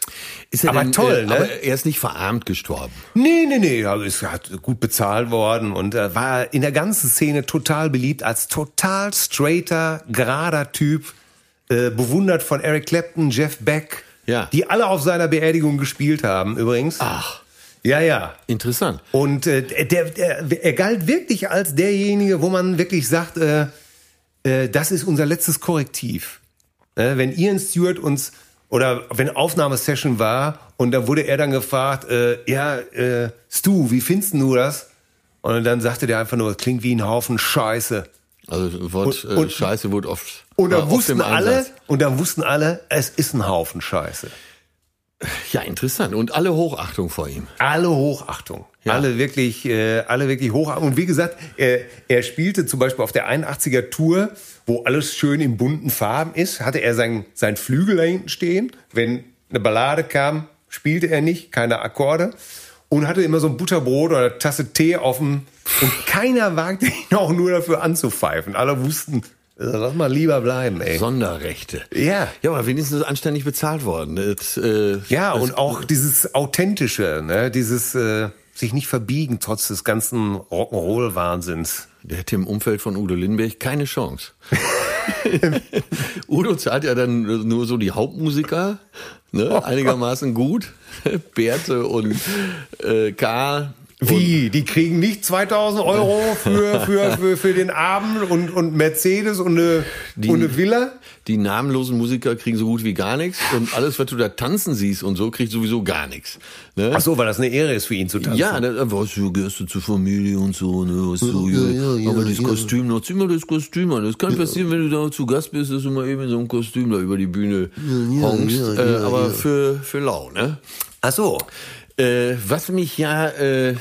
Ist er
Aber
denn,
toll,
äh,
ne?
Aber er ist nicht verarmt gestorben.
Nee, nee, nee, ja, ist hat gut bezahlt worden und äh, war in der ganzen Szene total beliebt als total straighter, gerader Typ, äh, bewundert von Eric Clapton, Jeff Beck,
Ja. Ah,
die alle auf seiner Beerdigung gespielt haben übrigens.
Ach,
Ja, ja.
interessant.
Und äh, der, der, er galt wirklich als derjenige, wo man wirklich sagt, äh, äh, das ist unser letztes Korrektiv. Äh, wenn Ian Stewart uns oder wenn Aufnahmesession war und da wurde er dann gefragt, äh, ja, äh, Stu, wie findest du das? Und dann sagte der einfach nur, das klingt wie ein Haufen Scheiße.
Also das Wort
Und- und-
äh, Scheiße wurde oft.
Und
war
dann
oft
wussten
im
alle,
Einsatz.
und dann wussten alle, es ist ein Haufen Scheiße.
Ja, interessant. Und alle Hochachtung vor ihm.
Alle Hochachtung. Alle wirklich, äh, alle wirklich Hochachtung. Und wie gesagt, er, er spielte zum Beispiel auf der 81er Tour, wo alles schön in bunten Farben ist, hatte er seinen sein Flügel da hinten stehen. Wenn eine Ballade kam, spielte er nicht, keine Akkorde. Und hatte immer so ein Butterbrot oder eine Tasse Tee offen. Und keiner wagte ihn auch nur dafür anzupfeifen. Alle wussten, äh, lass mal lieber bleiben, ey.
Sonderrechte.
Ja.
Ja, aber wenigstens anständig bezahlt worden. Das, äh,
Ja,
das-
und auch dieses Authentische, ne? dieses äh, sich nicht verbiegen, trotz des ganzen Rock'n'Roll-Wahnsinns.
Der hätte im Umfeld von Udo Lindenberg keine Chance. Udo zahlt ja dann nur so die Hauptmusiker, ne? einigermaßen gut. Berthe und äh, K.
Wie? Die kriegen nicht 2000 Euro für, für, für, für den Abend und, und Mercedes und eine, und eine Villa?
Die namenlosen Musiker kriegen so gut wie gar nichts und alles, was du da tanzen siehst und so, kriegt sowieso gar nichts. Ne?
Ach so, weil das eine Ehre ist für ihn zu tanzen.
Ja, da, was, du gehst du zur Familie und so, ne, was du,
Ja, ja, ja,
aber das
ja.
Kostüm noch, zieh mal das Kostüm an. Das kann passieren, wenn du da zu Gast bist, dass du mal eben in so einem Kostüm da über die Bühne
ja,
hongst,
ja,
äh,
ja,
aber
ja.
für, für lau, ne?
Ach so.
Äh, was mich ja, äh,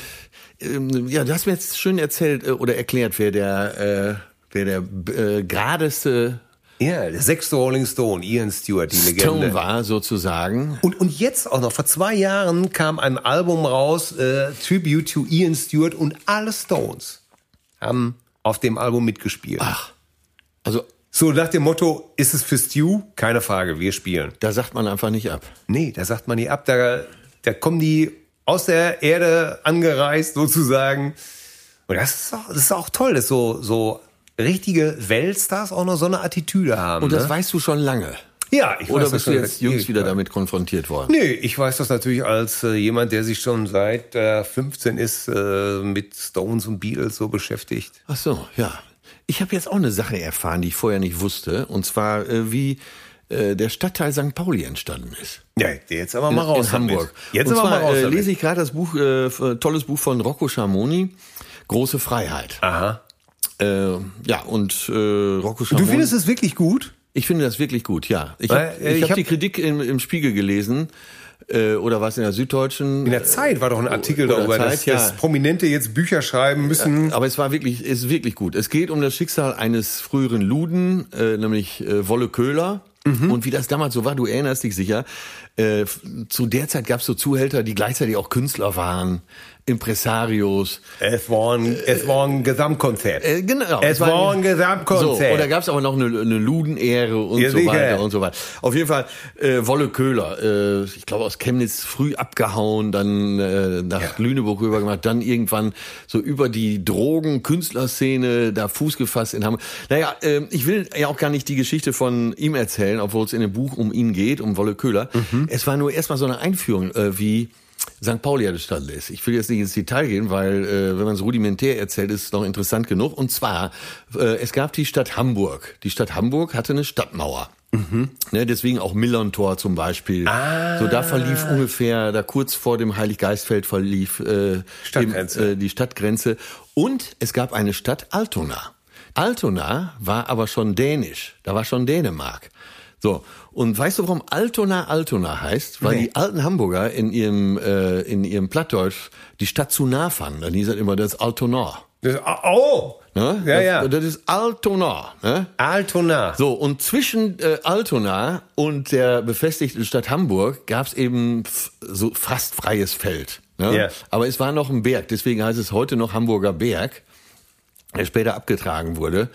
ähm, ja, du hast mir jetzt schön erzählt äh, oder erklärt, wer der, äh, wer der b- äh, geradeste
Ja, der sechste Rolling Stone, Ian Stewart, die
Stone
Legende.
war, sozusagen.
Und, und jetzt auch noch, vor zwei Jahren kam ein Album raus, äh, Tribute to Ian Stewart und alle Stones haben auf dem Album mitgespielt.
Also,
So nach dem Motto, ist es für Stu? Keine Frage, wir spielen.
da sagt man einfach nicht ab.
Nee, da sagt man nie ab, da, da kommen die aus der Erde angereist sozusagen. Und das ist auch, das ist auch toll, dass so, so richtige Weltstars auch noch so eine Attitüde haben.
Und das
ne?
weißt du schon lange.
ja, ich
Oder
weiß das
bist du
schon
jetzt
seit
jüngst wieder
Ewigkeiten.
damit konfrontiert worden?
Nee, ich weiß das natürlich als äh, jemand, der sich schon seit äh, 15 ist äh, mit Stones und Beatles so beschäftigt.
Ach so, ja. Ich habe jetzt auch eine Sache erfahren, die ich vorher nicht wusste. Und zwar, äh, wie äh, der Stadtteil St. Pauli entstanden ist.
Ja, jetzt aber
in, in Hamburg.
Jetzt
Und
aber
zwar,
mal raus
äh,
damit.
lese ich gerade das Buch, äh, f- tolles Buch von Rocco Schamoni, Große Freiheit.
Aha.
Äh, ja, und äh, Rocco Schamoni.
Ah. Du findest es wirklich gut?
Ich finde das wirklich gut, ja. Ich habe
Weil, äh,
ich
ich
hab
hab-
die Kritik im, im Spiegel gelesen. Äh, oder was in der Süddeutschen.
In der Zeit war doch ein Artikel
oder
darüber,
Zeit,
dass,
ja.
dass Prominente jetzt Bücher schreiben müssen.
Aber es war wirklich, es ist wirklich gut. Es geht um das Schicksal eines früheren Luden, äh, nämlich äh, Wolle Köhler.
Mhm.
Und wie das damals so war, du erinnerst dich sicher, äh, f- zu der Zeit gab es so Zuhälter, die gleichzeitig auch Künstler waren, Impresarios.
Es war ein, es war ein Gesamtkonzept.
Äh, genau.
Es war ein Gesamtkonzept.
So, und da gab es aber noch eine, eine Ludenehre und
Ja,
so
sicher.
weiter und so weiter. Auf jeden Fall äh, Wolle Köhler, äh, ich glaube aus Chemnitz früh abgehauen, dann äh, nach Lüneburg rübergemacht, dann irgendwann so über die Drogen-Künstlerszene da Fuß gefasst in Hamburg. Naja, äh, ich will ja auch gar nicht die Geschichte von ihm erzählen, obwohl es in dem Buch um ihn geht, um Wolle Köhler. Es war nur erstmal so eine Einführung, äh, wie St. Pauli ja entstanden ist. Ich will jetzt nicht ins Detail gehen, weil äh, wenn man es rudimentär erzählt, ist es noch interessant genug. Und zwar, äh, es gab die Stadt Hamburg. Die Stadt Hamburg hatte eine Stadtmauer. Ne, deswegen auch Millerntor zum Beispiel.
Ah.
So da verlief ungefähr, da kurz vor dem Heiliggeistfeld verlief äh,
Stadtgrenze.
äh, die Stadtgrenze. Und es gab eine Stadt Altona. Altona war aber schon dänisch. Da war schon Dänemark. So. Und weißt du, warum Altona Altona heißt? Weil die alten Hamburger in ihrem, äh, in ihrem Plattdeutsch die Stadt zu nah fanden. Dann hieß es immer das Altona.
Das, oh!
Ne?
Ja,
das,
ja.
Das ist Altona. Ne?
Altona.
So, und zwischen äh, Altona und der befestigten Stadt Hamburg gab's eben f- so fast freies Feld. Ne?
Ja.
Aber es war noch ein Berg, deswegen heißt es heute noch Hamburger Berg, der später abgetragen wurde.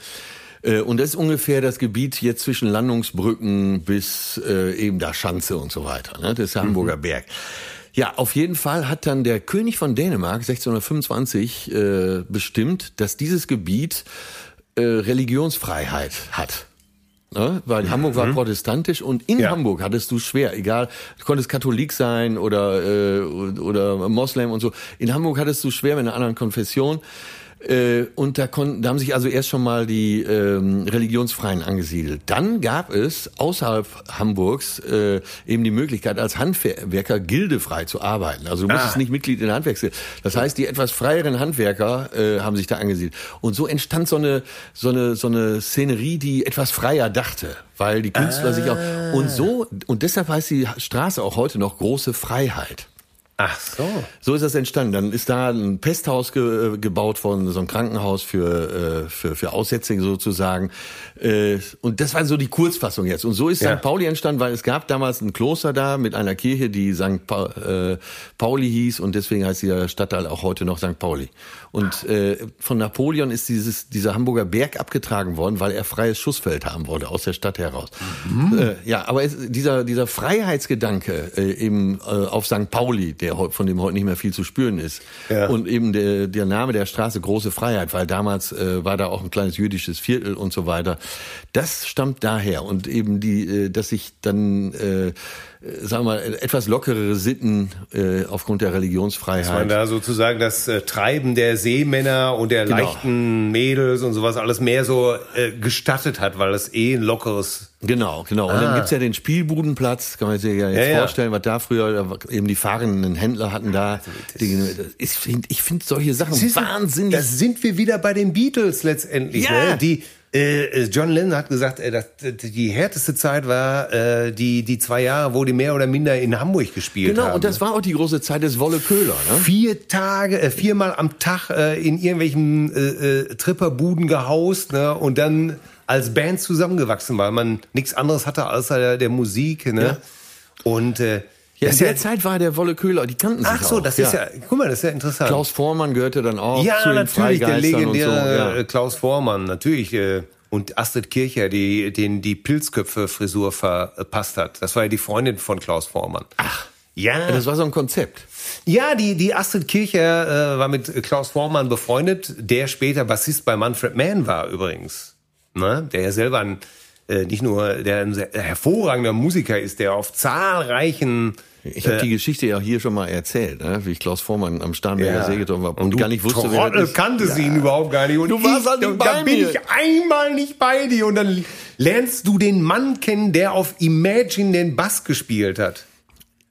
Äh, Und das ist ungefähr das Gebiet jetzt zwischen Landungsbrücken bis äh, eben da Schanze und so weiter. Ne? Das ist der Hamburger Berg. Ja, auf jeden Fall hat dann der König von Dänemark 1625 äh, bestimmt, dass dieses Gebiet äh, Religionsfreiheit hat. Ne? Weil Hamburg war protestantisch und in
Ja.
Hamburg hattest du schwer, egal, du konntest Katholik sein oder, äh, oder Moslem und so. In Hamburg hattest du schwer mit einer anderen Konfession. Äh, und da, konnten, da haben sich also erst schon mal die ähm, Religionsfreien angesiedelt. Dann gab es außerhalb Hamburgs äh, eben die Möglichkeit, als Handwerker gildefrei zu arbeiten. Also du musstest
Ah.
nicht Mitglied in der Handwerkskirche. Das heißt, die etwas freieren Handwerker äh, haben sich da angesiedelt. Und so entstand so eine, so eine, so eine Szenerie, die etwas freier dachte, weil die Künstler sich auch. Und so, und deshalb heißt die Straße auch heute noch große Freiheit.
Ach so.
So ist das entstanden. Dann ist da ein Pesthaus ge äh, gebaut worden, so ein Krankenhaus für, äh, für, für Aussätzige sozusagen. Äh, und das war so die Kurzfassung jetzt. Und so ist
Ja.
St. Pauli entstanden, weil es gab damals ein Kloster da mit einer Kirche, die St. Pa äh, Pauli hieß und deswegen heißt dieser Stadtteil auch heute noch St. Pauli. Und äh, von Napoleon ist dieses, dieser Hamburger Berg abgetragen worden, weil er freies Schussfeld haben wollte, aus der Stadt heraus. Äh, ja, aber es, dieser, dieser Freiheitsgedanke äh, eben äh, auf St. Pauli, der der, heu- von dem heute nicht mehr viel zu spüren ist.
Ja.
Und eben der, der Name der Straße Große Freiheit, weil damals äh, war da auch ein kleines jüdisches Viertel und so weiter. Das stammt daher und eben die, äh, dass sich dann, äh, äh, sagen wir mal, etwas lockerere Sitten äh, aufgrund der Religionsfreiheit.
Dass man da sozusagen das äh, Treiben der Seemänner und der
Genau.
leichten Mädels und sowas alles mehr so äh, gestattet hat, weil das eh ein lockeres.
Genau, genau. Und dann gibt's ja den Spielbudenplatz, kann man sich ja jetzt
Ja, ja.
vorstellen, was da früher da war- eben die fahrenden Händler hatten da. Dinge. ich finde ich find solche Sachen wahnsinnig.
Da sind wir wieder bei den Beatles letztendlich.
Ja.
Ne? Die äh, äh, John Lennon hat gesagt, äh, dass äh, die härteste Zeit war äh, die die zwei Jahre, wo die mehr oder minder in Hamburg gespielt haben. ne?
genau, und das war auch die große Zeit des Wolle Köhler. Ne?
vier Tage, äh, viermal am Tag äh, in irgendwelchen äh, äh, Tripperbuden gehaust ne? und dann als Band zusammengewachsen, weil man nichts anderes hatte außer der, der Musik. Ne?
Ja.
Und äh,
Ja,
das
in
ist
der Zeit war der Wolle Köhler, die kannten sich
Ach so,
auch.
das ist ja, guck mal, das ist ja interessant.
Klaus Vormann gehörte dann auch
ja,
zu den
natürlich, der
Freigeistern und so.
legendäre
Ja.
äh, Klaus Vormann, natürlich. Äh, und Astrid Kircher, die den die Pilzköpfe-Frisur verpasst hat. Das war ja die Freundin von Klaus Vormann. Ach. Ja,
Das war Also so ein Konzept.
ja, die, die Astrid Kircher äh, war mit Klaus Vormann befreundet, der später Bassist bei Manfred Mann war übrigens. Ne? Der ja selber ein, äh, nicht nur der ein sehr hervorragender Musiker ist, der auf zahlreichen
Ich
Äh,
habe die Geschichte ja hier schon mal erzählt, ne? wie ich Klaus Vormann am Starnberger See getroffen habe und,
du
gar nicht wusste, wer
Trottel
das ist.
kannte sie ihn überhaupt gar nicht. Und
Du warst
ich,
halt nicht
und
bei
da bin
mir.
ich einmal nicht bei dir. Und dann lernst du den Mann kennen, der auf Imagine den Bass gespielt hat.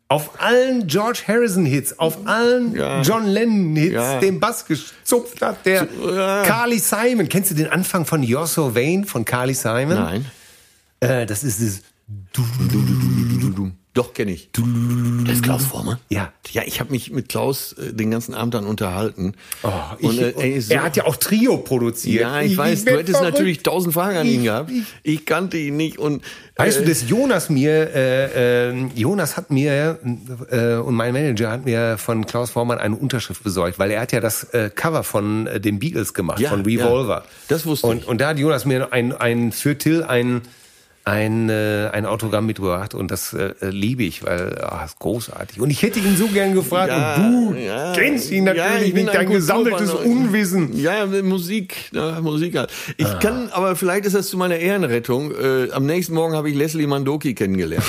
Auf allen George Harrison-Hits, auf allen
Ja.
John Lennon-Hits
Ja.
den Bass gezupft hat, der
ja.
Carly Simon. Kennst du den Anfang von You're So Vain von Carly Simon?
Nein.
Äh, das ist das.
Doch, kenne ich. Das ist Klaus Vormann?
Ja.
Ja, ich habe mich mit Klaus äh, den ganzen Abend dann unterhalten.
Oh, ich,
Und, äh, ey, so-
er hat ja auch Trio produziert.
ja, ich, weiß,
bin
du hättest
verrückt.
natürlich tausend Fragen an
Ich-
ihn gehabt. Ich, kannte ihn nicht und äh,
Weißt du, dass Jonas mir, äh, äh, Jonas hat mir äh, und mein Manager hat mir von Klaus Vormann eine Unterschrift besorgt, weil er hat ja das äh, Cover von äh, den Beatles gemacht,
Ja,
von Revolver.
ja. Das wusste
und,
ich.
Und da hat Jonas mir ein, ein für Till ein ein, äh, ein Autogramm mitgebracht und das äh, äh, liebe ich, weil ah, ist großartig. Und ich hätte ihn so gern gefragt
Ja,
und du
ja.
kennst ihn natürlich
Ja, ich bin
nicht,
ein
dein gesammeltes
Kulturbanner.
Unwissen. Ah.
Ja, Musik, ja, Musik halt. Ich kann, aber vielleicht ist das zu meiner Ehrenrettung. Äh, am nächsten Morgen habe ich Leslie Mandoki kennengelernt.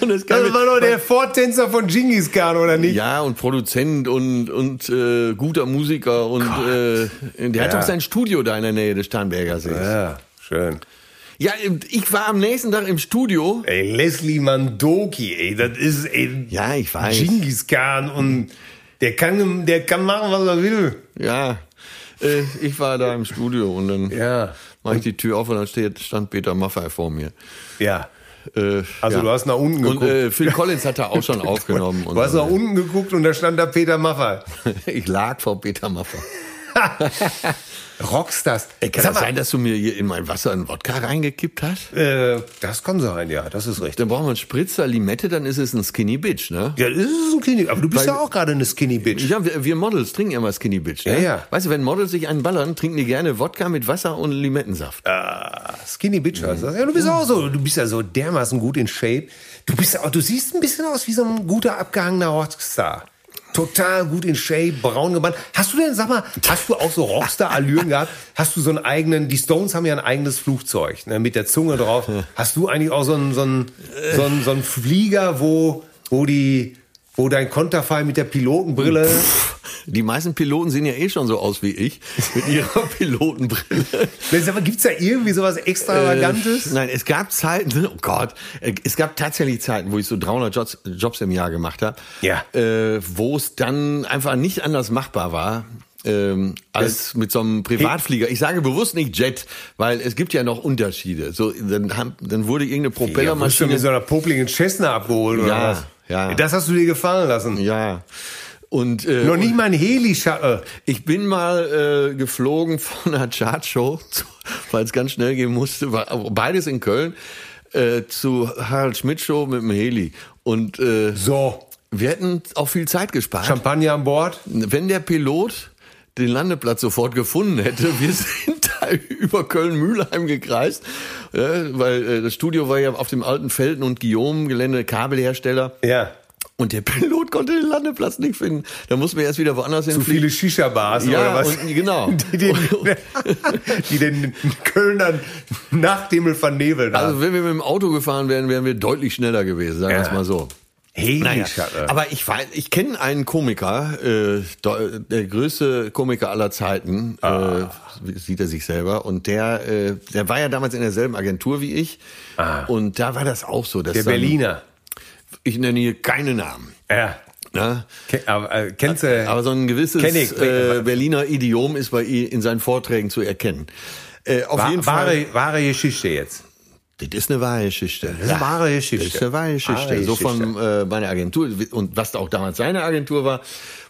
und das kam
Das
mir-
war doch der Vortänzer von Genghis Khan, oder nicht?
Ja, und Produzent und, und äh, guter Musiker und äh, der hat
Ja.
doch sein Studio da in der Nähe des Starnberger Sees. Ja.
ja schön.
ich war am nächsten Tag im Studio.
Ey, Leslie Mandoki, ey, das ist ey,
Ja, ich weiß.
Genghis Khan und der kann, der kann machen, was er will.
Ja, äh, ich war da im Studio und dann
Ja.
mache ich die Tür auf und dann steht, stand Peter Maffay vor mir.
Ja.
Äh,
Also
ja.
du hast nach unten
Und
geguckt.
äh, Phil Collins hat da auch schon aufgenommen. Und
du hast
so.
nach unten geguckt und da stand da Peter Maffay.
ich lag vor Peter Maffay.
Rockstars.
Ey, kann
Sag
das
mal,
sein, dass du mir hier in mein Wasser einen Wodka reingekippt hast?
äh, das kann sein, ja, das ist recht.
Dann brauchen wir einen Spritzer, Limette, dann ist es ein Skinny Bitch, ne?
Ja, das ist ein Skinny, aber du bist
Weil-
ja auch gerade eine Skinny Bitch.
Ja, wir, wir Models trinken immer Skinny Bitch. Ne?
Ja, ja.
Weißt du, wenn Models sich einen ballern, trinken die gerne Wodka mit Wasser und Limettensaft.
Äh, Skinny Bitch heißt das. Ja, du bist auch so, du bist ja so dermaßen gut in Shape. Du bist ja auch, du siehst ein bisschen aus wie so ein guter abgehangener Rockstar. Total gut in Shape, braun gebannt. Hast du denn, sag mal, hast du auch so Rockstar-Allüren gehabt? Hast du so einen eigenen, die Stones haben ja ein eigenes Flugzeug, ne, mit der Zunge drauf. Hast du eigentlich auch so einen, so einen, so einen, so einen Flieger, wo, wo die, wo dein Konterfei mit der Pilotenbrille,
Die meisten Piloten sehen ja eh schon so aus wie ich, mit ihrer Pilotenbrille.
Ne, sag mal, gibt's da irgendwie sowas extravagantes?
Äh, nein, es gab Zeiten, oh Gott, äh, es gab tatsächlich Zeiten, wo ich so 300 Jobs, Jobs im Jahr gemacht habe,
Ja.
äh, wo es dann einfach nicht anders machbar war. Ähm, als mit so einem Privatflieger. Ich sage bewusst nicht Jet, weil es gibt ja noch Unterschiede. So, dann, haben- dann wurde irgendeine
Ja, wurdest du
Propellermaschine
mit so einer popligen Cessna abgeholt oder
Ja,
was?
ja.
Das hast du dir gefallen lassen.
Ja. Und äh,
Noch nicht mal ein Heli-Shuttle.
ich bin mal äh, geflogen von einer Chartshow, weil es ganz schnell gehen musste, war aber beides in Köln, äh, zu Harald Schmidt Show mit dem Heli. Und äh,
So,
wir hätten auch viel Zeit gespart.
Champagner an Bord.
Wenn der Pilot den Landeplatz sofort gefunden hätte, wir sind da über Köln-Mühlheim gekreist, äh, weil äh, das Studio war ja auf dem alten Felden- und Guillaume-Gelände, Kabelhersteller.
Ja.
Und der Pilot konnte den Landeplatz nicht finden. Da mussten wir erst wieder woanders hin.
Zu viele Shisha-Bars
Ja,
oder was?
und- genau.
Die den, die den Kölnern Nachthimmel vernebeln haben.
Also wenn wir mit dem Auto gefahren wären, wären wir deutlich schneller gewesen, sagen wir es
Ja. äh.
mal so.
hey,
Naja,
Schatte.
aber ich weiß, ich kenne einen Komiker, äh, deu- der größte Komiker aller Zeiten,
Ah.
äh, sieht er sich selber. Und der, äh, der war ja damals in derselben Agentur wie ich. Und da war das auch so. Dass
Ah. der
dann-
Berliner.
Ich nenne hier keine Namen.
Ja.
Ne?
Ke- Aber, äh, kennst du?
Aber so ein gewisses
Kenn ich.
äh, Berliner Idiom ist bei ihm in seinen Vorträgen zu erkennen. Äh, auf
Wa-
jeden Fall.
wahre, wahre Geschichte jetzt.
Das ist eine wahre Geschichte. Das
ist eine wahre Geschichte.
Das ist eine wahre Geschichte.
Wahre
so von äh, meiner Agentur und was da auch damals seine Agentur war,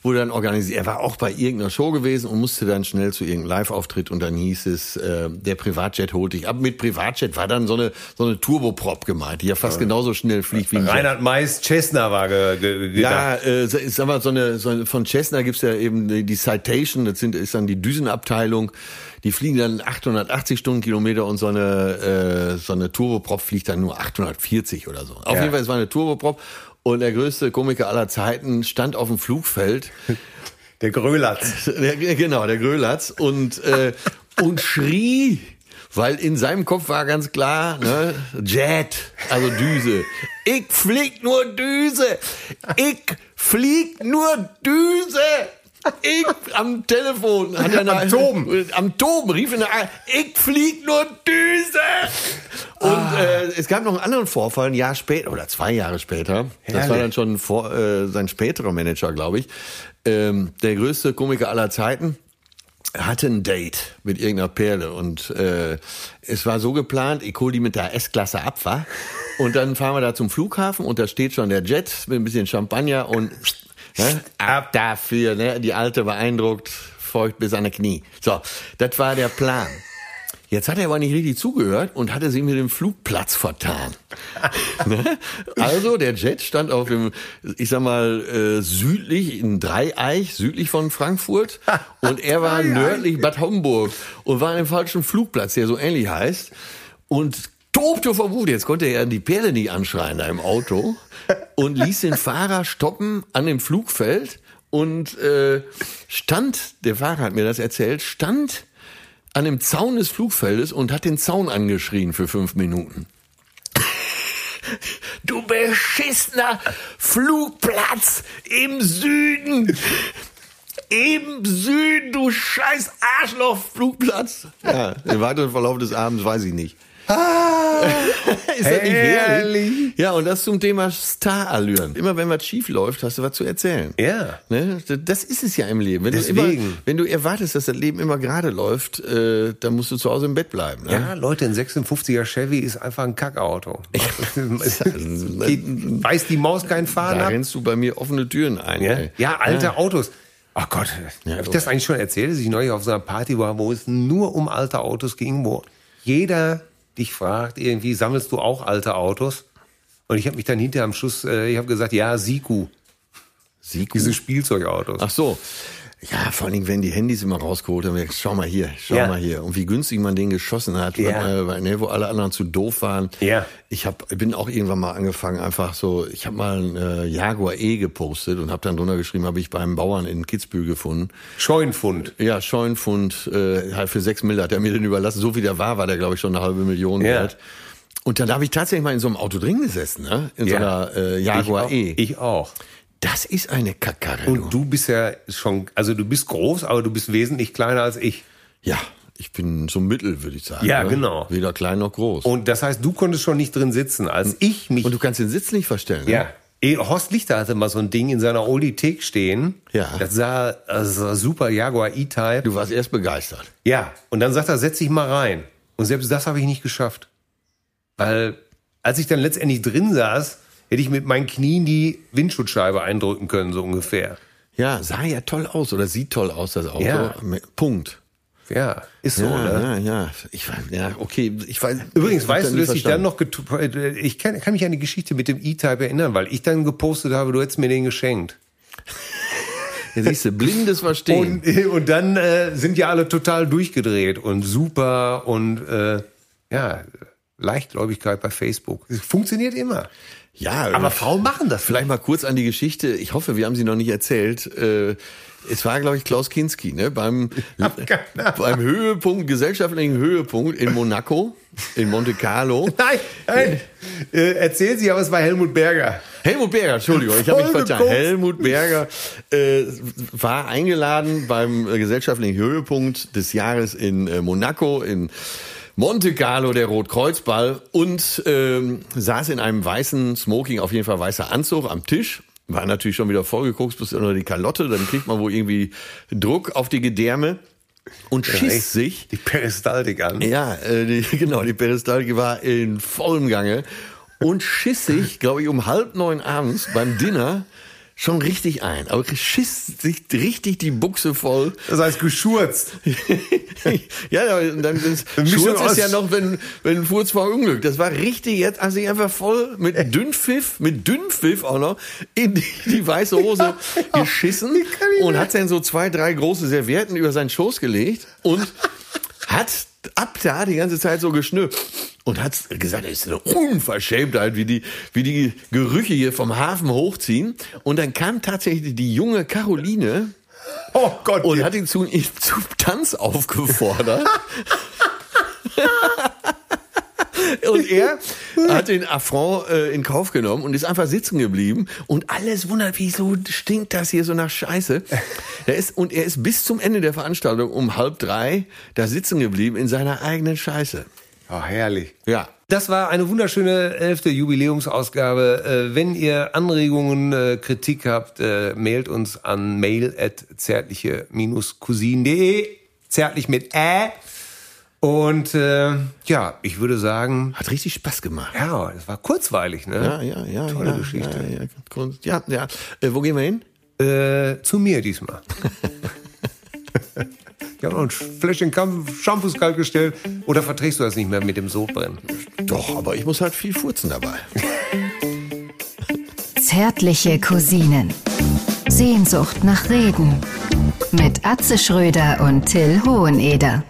wurde dann organisiert. Er war auch bei irgendeiner Show gewesen und musste dann schnell zu irgendeinem Live-Auftritt und dann hieß es, äh, der Privatjet holt dich ab. Mit Privatjet war dann so eine, so eine Turboprop gemeint, die ja fast genauso schnell fliegt wie ein Jet.
Reinhard Mais, Cessna war ge, ge, gedacht.
Ja, äh, sa- ist aber so eine, so eine von Cessna gibt's ja eben die, die Citation, das sind, ist dann die Düsenabteilung. Die fliegen dann 880 Stundenkilometer und so eine, äh, so eine Turboprop fliegt dann nur 840 oder so. Auf
Ja.
jeden Fall, es war eine Turboprop und der größte Komiker aller Zeiten stand auf dem Flugfeld.
Der Grölatz.
Der, genau, der Grölatz und, äh, und schrie, weil in seinem Kopf war ganz klar, ne, Jet, also Düse. Ich flieg nur Düse. Ich flieg nur Düse. Ich am Telefon hat er eine,
Am Toben.
am Toben rief in der ich flieg nur Düse. Und äh, es gab noch einen anderen Vorfall, ein Jahr später oder zwei Jahre später. Das war
Herrlich.
dann schon vor, äh, sein späterer Manager, glaube ich. Ähm, der größte Komiker aller Zeiten hatte ein Date mit irgendeiner Perle und äh, es war so geplant, ich hole die mit der S-Klasse ab, war. Und dann fahren wir da zum Flughafen und da steht schon der Jet mit ein bisschen Champagner und ne, ab dafür, ne? Die Alte beeindruckt, feucht bis an die Knie. So, das war der Plan. Jetzt hat er aber nicht richtig zugehört und hatte sie mit dem Flugplatz vertan. ne? Also der Jet stand auf dem, ich sag mal, äh, südlich, in Dreieich, südlich von Frankfurt. Und er war nördlich Bad Homburg und war an dem falschen Flugplatz, der so ähnlich heißt. Und tobte vor Wut. Jetzt konnte er die Perle nicht anschreien da im Auto und ließ den Fahrer stoppen an dem Flugfeld. Und äh, stand, der Fahrer hat mir das erzählt, stand an dem Zaun des Flugfeldes und hat den Zaun angeschrien für fünf Minuten. Du beschissener Flugplatz im Süden! Im Süden, du scheiß Arschloch-Flugplatz! Ja, im weiteren Verlauf des Abends weiß ich nicht. Ist das nicht Ah. herrlich?
Herrlich.
Ja, und das zum Thema Starallüren. Immer wenn was schief läuft, hast du was zu erzählen.
Ja.
Ne? Das ist es ja im Leben. Wenn Du
Deswegen.
immer, wenn du erwartest, dass das Leben immer gerade läuft, äh, dann musst du zu Hause im Bett bleiben. Ne?
Ja, Leute, ein 56er Chevy ist einfach ein Kackauto. Geht- Weiß die Maus keinen Faden
Da
ab?
rennst du bei mir offene Türen ein.
Ja,
ey.
ja alte Autos. Ach Gott, habe ich das eigentlich schon erzählt, dass ich neulich auf so einer Party war, wo es nur um alte Autos ging, wo jeder dich fragt, irgendwie, sammelst du auch alte Autos? Und ich habe mich dann hinter am Schluss, äh, ich habe gesagt, ja, Siku,
Siku.
diese Spielzeugautos.
Hm. Ach so. Ja, vor allen Dingen werden die Handys immer rausgeholt haben. wir- Schau mal hier, schau
Ja.
mal hier. Und wie günstig man den geschossen hat,
Ja.
weil, weil, ne, wo alle anderen zu doof waren.
Ja.
Ich hab, bin auch irgendwann mal angefangen, einfach so, ich habe mal einen äh, Jaguar E gepostet und habe dann drunter geschrieben, habe ich beim Bauern in Kitzbühel gefunden.
Scheunenfund.
Ja, Scheunenfund, äh, halt für sechs Mille hat er mir den überlassen. So wie der war, war der, glaube ich, schon eine halbe Million
Ja.
wert. Und dann habe ich tatsächlich mal in so einem Auto drin gesessen, ne? In so einer äh, Jaguar E.
Ich auch.
Das ist eine Kackkarre.
Und du bist ja schon, also du bist groß, aber du bist wesentlich kleiner als ich.
Ja, ich bin so mittel, würde ich sagen.
Ja,
ne?
genau.
Weder klein noch groß. Und,
Und das heißt, du konntest schon nicht drin sitzen. Als ich mich
du kannst den Sitz nicht verstellen. ne?
Ja. Eh, Horst Lichter hatte mal so ein Ding in seiner Olithek stehen.
Ja.
Das sah, das sah super Jaguar E-Type.
Du warst erst begeistert.
Ja. Und dann sagt er, setz dich mal rein. Und selbst das habe ich nicht geschafft. Weil, als ich dann letztendlich drin saß, hätte ich mit meinen Knien die Windschutzscheibe eindrücken können, so ungefähr.
Ja, sah ja toll aus oder sieht toll aus, das Auto.
Ja.
Punkt.
Ja, ist so, ne?
ja, ja, ja. Ich, weiß- ja, okay. Ich weiß,
Übrigens,
ich hab's
weißt du,
nie
dass ich dann
verstanden.
noch getu- äh, ich kann, kann mich an die Geschichte mit dem E-Type erinnern, weil ich dann gepostet habe, du hättest mir den geschenkt.
Ja, siehst du, blindes Verstehen.
Und, und dann äh, sind ja alle total durchgedreht und super und äh, ja, Leichtgläubigkeit bei Facebook. Es funktioniert immer.
Ja,
Aber
äh,
Frauen machen das.
Vielleicht mal kurz an die Geschichte. Ich hoffe, wir haben sie noch nicht erzählt. Äh, es war, glaube ich, Klaus Kinski, ne? Beim, beim Höhepunkt, gesellschaftlichen Höhepunkt in Monaco, in Monte Carlo.
Nein, nein. Äh, erzähl sie, aber es war Helmut Berger.
Helmut Berger, Entschuldigung, ich habe mich
Voll
vertan.
geguckt.
Helmut Berger äh, war eingeladen beim äh, gesellschaftlichen Höhepunkt des Jahres in äh, Monaco, in Monte Carlo, der Rotkreuzball, und ähm, saß in einem weißen Smoking, auf jeden Fall weißer Anzug am Tisch. War natürlich schon wieder vollgekokst bis unter die Kalotte, dann kriegt man wohl irgendwie Druck auf die Gedärme und schießt sich
Die Peristaltik an.
ja, äh, die, genau, die Peristaltik war in vollem Gange und schiss sich, glaube ich, um halb neun abends beim Dinner schon richtig ein. Aber schiss sich richtig die Buchse voll.
Das heißt geschurzt.
ja, dann, dann ist,
Mischung
Schurz
aus-
ist ja noch, wenn, wenn Furz war Unglück. Das war richtig jetzt, also ich einfach voll mit Dünnpfiff, mit Dünnpfiff auch noch, in die, die weiße Hose geschissen
genau. kann ich
und
nicht.
hat dann so zwei, drei große Servietten über seinen Schoß gelegt und hat ab da die ganze Zeit so geschnüpft und hat gesagt, das ist eine Unverschämtheit, wie die, wie die Gerüche hier vom Hafen hochziehen. Und dann kam tatsächlich die junge Caroline,
Oh Gott.
und hat ihn zu, ihn zum Tanz aufgefordert. Und er hat den Affront äh, in Kauf genommen und ist einfach sitzen geblieben. Und alles wundert, wieso stinkt das hier so nach Scheiße. Er ist, und er ist bis zum Ende der Veranstaltung um halb drei da sitzen geblieben in seiner eigenen Scheiße.
oh, herrlich.
Ja.
Das war eine wunderschöne elfte Jubiläumsausgabe. Äh, Wenn ihr Anregungen, äh, Kritik habt, äh, mailt uns an mail at zärtliche-cousin.de. Zärtlich mit Ä. Und äh, ja, ich würde sagen,
Hat richtig Spaß gemacht.
ja, es war kurzweilig,
Ja,
ne?
ja, ja.
Tolle
ja,
Geschichte.
Ja, ja, Grund- ja. ja. Äh, wo gehen wir hin?
Äh, zu mir diesmal. Ich habe noch ein Fläschchen Kampf- Shampoos kalt gestellt. Oder verträgst du das nicht mehr mit dem Sodbrennen?
Doch, aber ich muss halt viel furzen dabei.
Zärtliche Cousinen. Sehnsucht nach Reden. Mit Atze Schröder und Till Hoheneder.